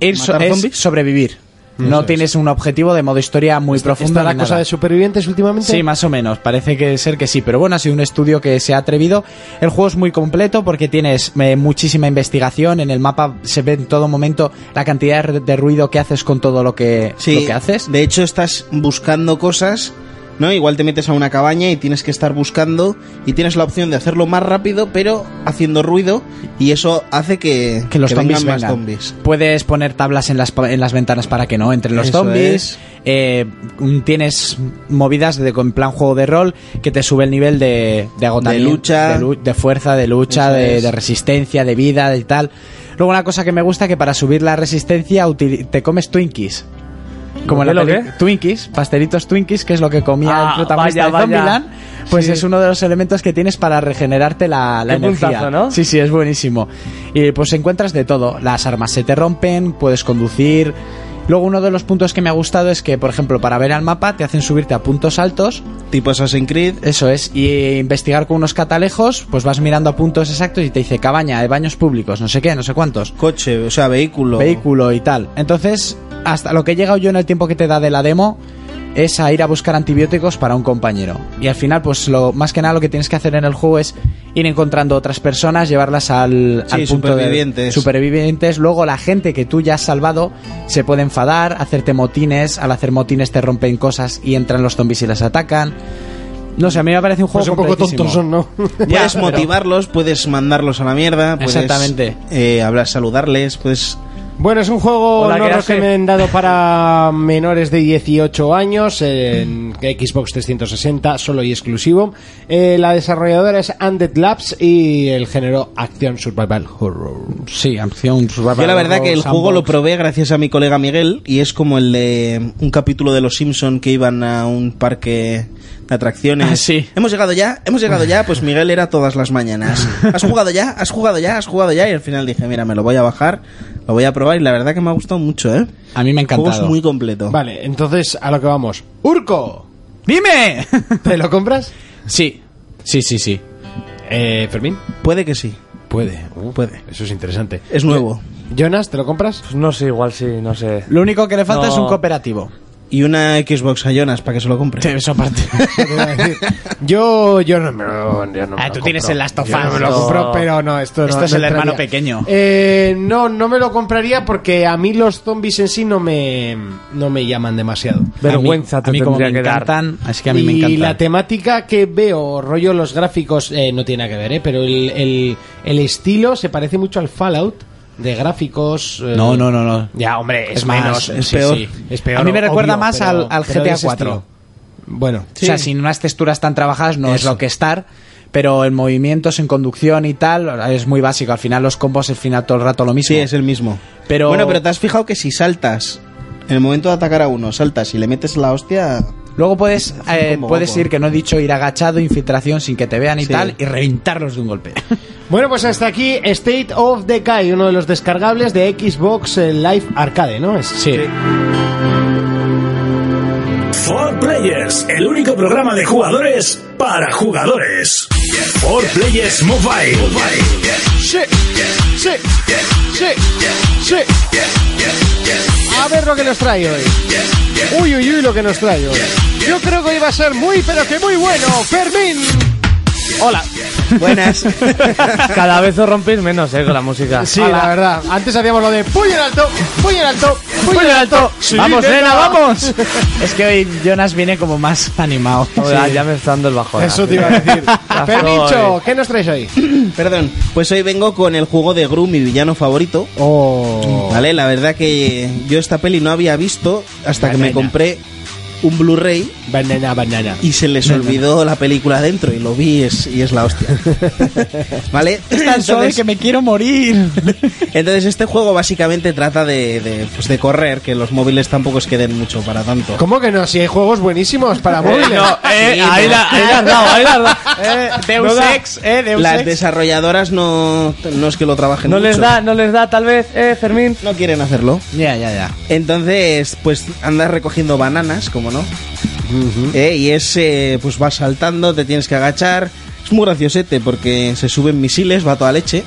Speaker 4: ir so-
Speaker 6: ¿Matar
Speaker 4: es
Speaker 6: zombies?
Speaker 4: sobrevivir. No tienes un objetivo de modo historia muy profundo.
Speaker 2: ¿Está
Speaker 4: ni
Speaker 2: la cosa
Speaker 4: nada.
Speaker 2: de supervivientes últimamente?
Speaker 4: Sí, más o menos. Parece que ser que sí. Pero bueno, ha sido un estudio que se ha atrevido. El juego es muy completo porque tienes eh, muchísima investigación. En el mapa se ve en todo momento la cantidad de de ruido que haces con todo lo que,
Speaker 6: Sí,
Speaker 4: lo que haces.
Speaker 6: De hecho, estás buscando cosas, ¿no? Igual te metes a una cabaña y tienes que estar buscando y tienes la opción de hacerlo más rápido, pero haciendo ruido y eso hace que,
Speaker 4: que los zombies
Speaker 6: vengan
Speaker 4: vengan.
Speaker 6: más zombies.
Speaker 4: Puedes poner tablas en las, pa- en las ventanas para que no entren los
Speaker 6: Eso
Speaker 4: zombies.
Speaker 6: es.
Speaker 4: Eh, mm, tienes movidas de, en plan juego de rol que te sube el nivel de, de agotamiento.
Speaker 6: De lucha.
Speaker 4: De, lu- de fuerza, de lucha,
Speaker 6: Eso
Speaker 4: de,
Speaker 6: es.
Speaker 4: de resistencia, de vida y tal. Luego una cosa que me gusta que para subir la resistencia util- te comes Twinkies. Como en
Speaker 5: ¿Lo
Speaker 4: la
Speaker 5: qué, lo
Speaker 4: peli- Twinkies, pastelitos Twinkies, que es lo que comía
Speaker 5: Ah,
Speaker 4: el protagonista
Speaker 5: vaya,
Speaker 4: de Zombieland,
Speaker 5: vaya.
Speaker 4: pues
Speaker 5: Sí.
Speaker 4: es uno de los elementos que tienes para regenerarte la, la
Speaker 5: Qué
Speaker 4: energía.
Speaker 5: puntazo, ¿no?
Speaker 4: Sí, sí, es buenísimo. Y pues encuentras de todo. Las armas se te rompen, puedes conducir. Luego uno de los puntos que me ha gustado es que, por ejemplo, para ver al mapa te hacen subirte a puntos altos,
Speaker 6: Tipo Assassin's Creed.
Speaker 4: eso es, y investigar con unos catalejos, pues vas mirando a puntos exactos y te dice cabaña, de baños públicos, no sé qué, no sé cuántos
Speaker 6: Coche, o sea, vehículo.
Speaker 4: vehículo y tal. Entonces, hasta lo que he llegado yo en el tiempo que te da de la demo es a ir a buscar antibióticos para un compañero. Y al final, pues lo más que nada lo que tienes que hacer en el juego es ir encontrando otras personas, llevarlas al,
Speaker 6: Sí,
Speaker 4: al punto de
Speaker 6: supervivientes.
Speaker 4: supervivientes. Luego la gente que tú ya has salvado se puede enfadar, hacerte motines, al hacer motines te rompen cosas y entran los zombies y las atacan. No sé, a mí me parece un juego
Speaker 2: Pues un poco
Speaker 4: completísimo.
Speaker 2: tontos son, ¿no?
Speaker 6: Puedes
Speaker 4: pero-
Speaker 6: motivarlos, puedes mandarlos a la mierda, puedes
Speaker 4: Exactamente.
Speaker 6: eh, hablar, saludarles, puedes
Speaker 2: Bueno, es un juego
Speaker 5: Hola,
Speaker 2: no
Speaker 5: ¿qué hace?
Speaker 2: recomendado para menores de 18 años en Xbox 360, solo y exclusivo. Eh, la desarrolladora es Undead Labs y el género Acción Survival Horror.
Speaker 4: Sí, acción survival
Speaker 6: Yo la verdad
Speaker 4: horror,
Speaker 6: que el juego
Speaker 4: sandbox.
Speaker 6: lo probé gracias a mi colega Miguel y es como el de un capítulo de Los Simpson que iban a un parque de atracciones.
Speaker 4: Ah, sí.
Speaker 6: Hemos llegado ya, hemos llegado ya, pues Miguel era todas las mañanas. Has jugado ya, has jugado ya, has jugado ya y al final dije, mira, me lo voy a bajar, lo voy a probar y la verdad que me ha gustado mucho, ¿eh?
Speaker 4: A mí me ha
Speaker 6: El juego es
Speaker 4: encantado.
Speaker 6: muy completo.
Speaker 2: Vale, entonces a lo que vamos. Urco,
Speaker 4: ¡Dime!
Speaker 2: ¿te lo compras?
Speaker 4: sí, sí, sí, sí.
Speaker 2: Eh, Fermín.
Speaker 6: Puede que sí.
Speaker 2: Puede,
Speaker 6: puede.
Speaker 2: Eso es interesante.
Speaker 6: Es nuevo.
Speaker 2: Jonas, ¿te lo compras?
Speaker 5: Pues no sé, igual sí, no sé.
Speaker 4: Lo único que le falta
Speaker 5: No.
Speaker 4: es un cooperativo.
Speaker 6: Y una Xbox a Jonas para que se lo compre.
Speaker 4: Eso aparte.
Speaker 2: Yo, yo no me lo, yo no me
Speaker 4: Ah,
Speaker 2: lo
Speaker 4: tú tienes
Speaker 2: compro.
Speaker 4: el Last of
Speaker 2: Yo no
Speaker 4: Us,
Speaker 2: me lo
Speaker 4: esto-
Speaker 2: compro, pero no, esto no-
Speaker 4: esto es
Speaker 2: no
Speaker 4: el hermano
Speaker 2: entraría.
Speaker 4: pequeño.
Speaker 2: Eh, no, no me lo compraría porque a mí los zombies en sí no me, no me llaman demasiado.
Speaker 5: Vergüenza
Speaker 4: a mí,
Speaker 5: te
Speaker 4: a mí como me
Speaker 5: tendría que dar.
Speaker 4: encantan, así que a mí me
Speaker 2: y
Speaker 4: encantan.
Speaker 2: la temática que veo, rollo los gráficos, eh, no tiene nada que ver, ¿eh? pero el, el- el estilo se parece mucho al Fallout de gráficos. eh,
Speaker 4: No, no, no, no.
Speaker 2: Ya, hombre, es,
Speaker 4: Es más,
Speaker 2: menos,
Speaker 4: es
Speaker 2: sí,
Speaker 6: peor.
Speaker 2: sí, es peor,
Speaker 4: A mí me
Speaker 2: obvio,
Speaker 4: recuerda más
Speaker 2: pero-
Speaker 4: al- al
Speaker 2: pero de
Speaker 4: GTA
Speaker 2: ese
Speaker 4: 4.
Speaker 2: estilo. Bueno,
Speaker 4: O sea, sin unas texturas tan trabajadas no es
Speaker 2: Eso.
Speaker 4: lo que estar. pero en movimientos, en conducción y tal, es muy básico. Al final los combos, al final todo el rato lo mismo.
Speaker 6: Sí, es el mismo.
Speaker 4: Pero-
Speaker 6: Bueno, pero te has fijado que si saltas, en el momento de atacar a uno, saltas y le metes la hostia.
Speaker 4: Luego puedes,
Speaker 6: un
Speaker 4: eh,
Speaker 6: combo
Speaker 4: puedes
Speaker 6: guapo.
Speaker 4: ir, que no he dicho, ir agachado, infiltración sin que te vean y
Speaker 6: Sí.
Speaker 4: tal, y reventarlos de un golpe.
Speaker 2: Bueno, pues hasta aquí State of Decay, uno de los descargables de Xbox eh, Live Arcade, ¿no? Es-
Speaker 4: Sí.
Speaker 1: For Players, el único programa de jugadores para jugadores. For Players Mobile.
Speaker 2: A ver lo que nos trae hoy. Uy, uy, uy, lo que nos trae hoy. Yo creo que hoy va a ser muy, pero que muy bueno. Fermín. Hola.
Speaker 6: Buenas.
Speaker 5: Cada vez os rompéis menos, eh, con la música.
Speaker 2: Sí, la verdad. Antes hacíamos lo de puño en alto, puño en alto, puño en alto. Sí,
Speaker 4: ¡Vamos,
Speaker 2: venga.
Speaker 4: Elena, vamos! es que hoy Jonas viene como más animado.
Speaker 5: Joder, Ya me está dando el bajón.
Speaker 2: Eso te iba a decir.
Speaker 5: Ya
Speaker 2: Fermincho,
Speaker 5: estoy.
Speaker 2: ¿qué nos traes hoy?
Speaker 6: Perdón. Pues hoy vengo con el juego de Gru, mi villano favorito.
Speaker 2: Oh.
Speaker 6: Vale, la verdad que yo esta peli no había visto hasta que me
Speaker 2: Banana.
Speaker 6: compré un Blu-ray
Speaker 2: Banana, banana.
Speaker 6: y se les olvidó la película dentro y lo vi y es, y es la hostia. ¿Vale? Entonces-
Speaker 4: me quiero morir.
Speaker 6: Entonces este juego básicamente trata de, de, pues, de correr, que los móviles tampoco es que den mucho para tanto.
Speaker 2: ¿Cómo que no? Si hay juegos buenísimos para móviles.
Speaker 5: No, eh,
Speaker 6: Sí,
Speaker 5: ahí
Speaker 6: no.
Speaker 5: la ahí la has dado, ahí la has dado.
Speaker 4: Deus
Speaker 5: No da-
Speaker 4: Ex, eh, Deus
Speaker 6: Las
Speaker 4: Ex.
Speaker 6: desarrolladoras no, no es que lo trabajen
Speaker 5: No
Speaker 6: mucho.
Speaker 5: les da, no les da, tal vez, eh, Fermín.
Speaker 6: No quieren hacerlo.
Speaker 4: Ya, ya, ya.
Speaker 6: Entonces, pues andas recogiendo bananas, como no. Eh, y es, eh, pues vas saltando, te tienes que agachar. Es muy graciosete porque se suben misiles, va toda leche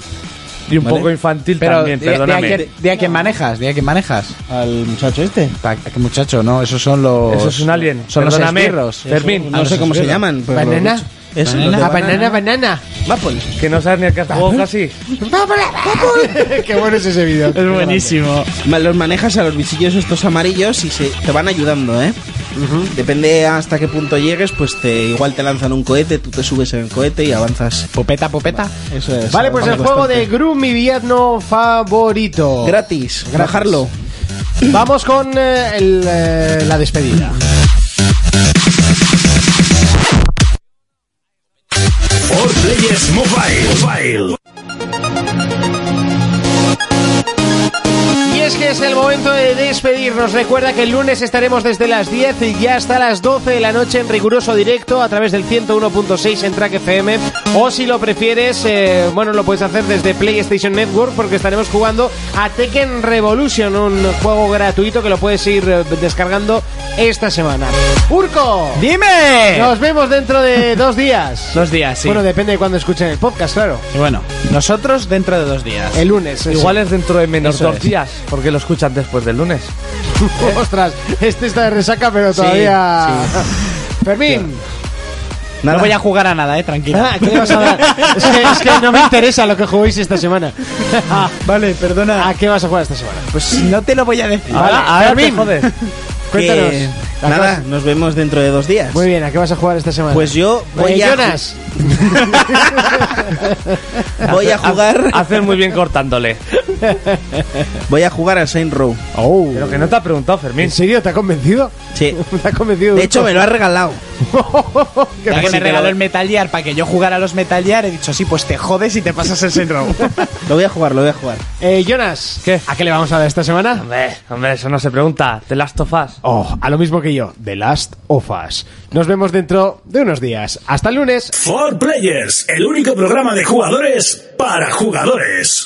Speaker 5: Y un
Speaker 6: Vale.
Speaker 5: poco infantil
Speaker 4: Pero
Speaker 5: también,
Speaker 4: di- di a
Speaker 5: perdóname.
Speaker 4: quién- di a quién manejas, di a quién manejas.
Speaker 6: al muchacho este.
Speaker 4: Pa- que muchacho, no, esos son los.
Speaker 5: Eso es un alien.
Speaker 4: Son
Speaker 5: Perdóname,
Speaker 4: los esbirros.
Speaker 5: Fermín.
Speaker 6: No sé cómo se llaman, pero lo
Speaker 2: Banana.
Speaker 6: he dicho. Es
Speaker 4: Banana.
Speaker 6: lo de pues.
Speaker 4: Ah,
Speaker 2: La banana, banana.
Speaker 6: Maple.
Speaker 5: Que no sabes ni a qué has jugado casi.
Speaker 2: Qué bueno es ese vídeo.
Speaker 4: Es buenísimo.
Speaker 6: Ma- Los manejas a los bichillos estos amarillos y se, te van ayudando, ¿eh? Depende hasta qué punto llegues, pues te igual te lanzan un cohete, tú te subes en el cohete y avanzas.
Speaker 4: Popeta, popeta.
Speaker 6: Eso es.
Speaker 2: Vale, pues el
Speaker 6: avanzas
Speaker 2: juego de
Speaker 6: bastante.
Speaker 2: Gru, mi villano favorito.
Speaker 6: Gratis, bajarlo.
Speaker 2: Vamos con eh, el, eh, la despedida.
Speaker 1: For Players Mobile.
Speaker 2: Y es que es el momento de despedirnos. Recuerda que el lunes estaremos desde las 10 y ya hasta las 12 de la noche en riguroso directo a través del 101.6 en Track FM. O si lo prefieres, eh, bueno, lo puedes hacer desde PlayStation Network porque estaremos jugando a Tekken Revolution, un juego gratuito que lo puedes ir eh, descargando esta semana. ¡Urco!
Speaker 4: ¡Dime!
Speaker 2: Nos vemos dentro de dos días.
Speaker 4: Dos días, sí.
Speaker 2: Bueno, depende de cuando escuchen el podcast, claro.
Speaker 4: Y bueno, nosotros dentro de dos días.
Speaker 2: El lunes. eso.
Speaker 5: Igual es dentro de menos
Speaker 4: Eso
Speaker 5: dos
Speaker 4: es.
Speaker 5: días, porque lo escuchan después del lunes.
Speaker 2: Ostras, este está de resaca, pero todavía. Fermín,
Speaker 4: No voy a jugar a nada, eh, tranquilo.
Speaker 2: Ah, ¿qué le vas a dar? Es que, es que no me interesa lo que juguéis esta semana. Ah,
Speaker 4: vale, perdona.
Speaker 2: ¿A qué vas a jugar esta semana?
Speaker 4: Pues no te lo voy a decir.
Speaker 2: Vale,
Speaker 5: ahora ahora te
Speaker 2: Fermín.
Speaker 5: jodes.
Speaker 2: Cuéntanos.
Speaker 6: Que-
Speaker 2: ¿A qué
Speaker 6: nada,
Speaker 2: vas-
Speaker 6: nos vemos dentro de dos días.
Speaker 2: Muy bien, ¿a qué vas a jugar esta semana?
Speaker 6: Pues yo
Speaker 2: Eh,
Speaker 6: voy a,
Speaker 2: Jonas,
Speaker 6: voy a jugar,
Speaker 5: Haces muy bien cortándole.
Speaker 6: voy a jugar a Saint Row.
Speaker 2: Oh.
Speaker 5: Pero que no te ha preguntado, Fermín.
Speaker 2: ¿en serio te ha convencido?
Speaker 6: Sí.
Speaker 2: ¿Te ha convencido?
Speaker 6: De hecho me lo ha regalado.
Speaker 2: Qué
Speaker 4: Ya que me
Speaker 6: Sí,
Speaker 4: regaló
Speaker 6: pero-
Speaker 4: el Metal Gear para que yo jugara a los Metal Gear, he dicho, sí, pues te jodes y te pasas el syndrome.
Speaker 6: Lo voy a jugar, lo voy a jugar.
Speaker 2: Eh, Jonas,
Speaker 5: ¿Qué?
Speaker 2: ¿a qué le vamos a dar esta semana?
Speaker 5: Hombre, hombre, eso no se pregunta. The Last of Us.
Speaker 2: Oh, a lo mismo que yo, The Last of Us. Nos vemos dentro de unos días. Hasta el lunes.
Speaker 1: For Players, el único programa de jugadores para jugadores.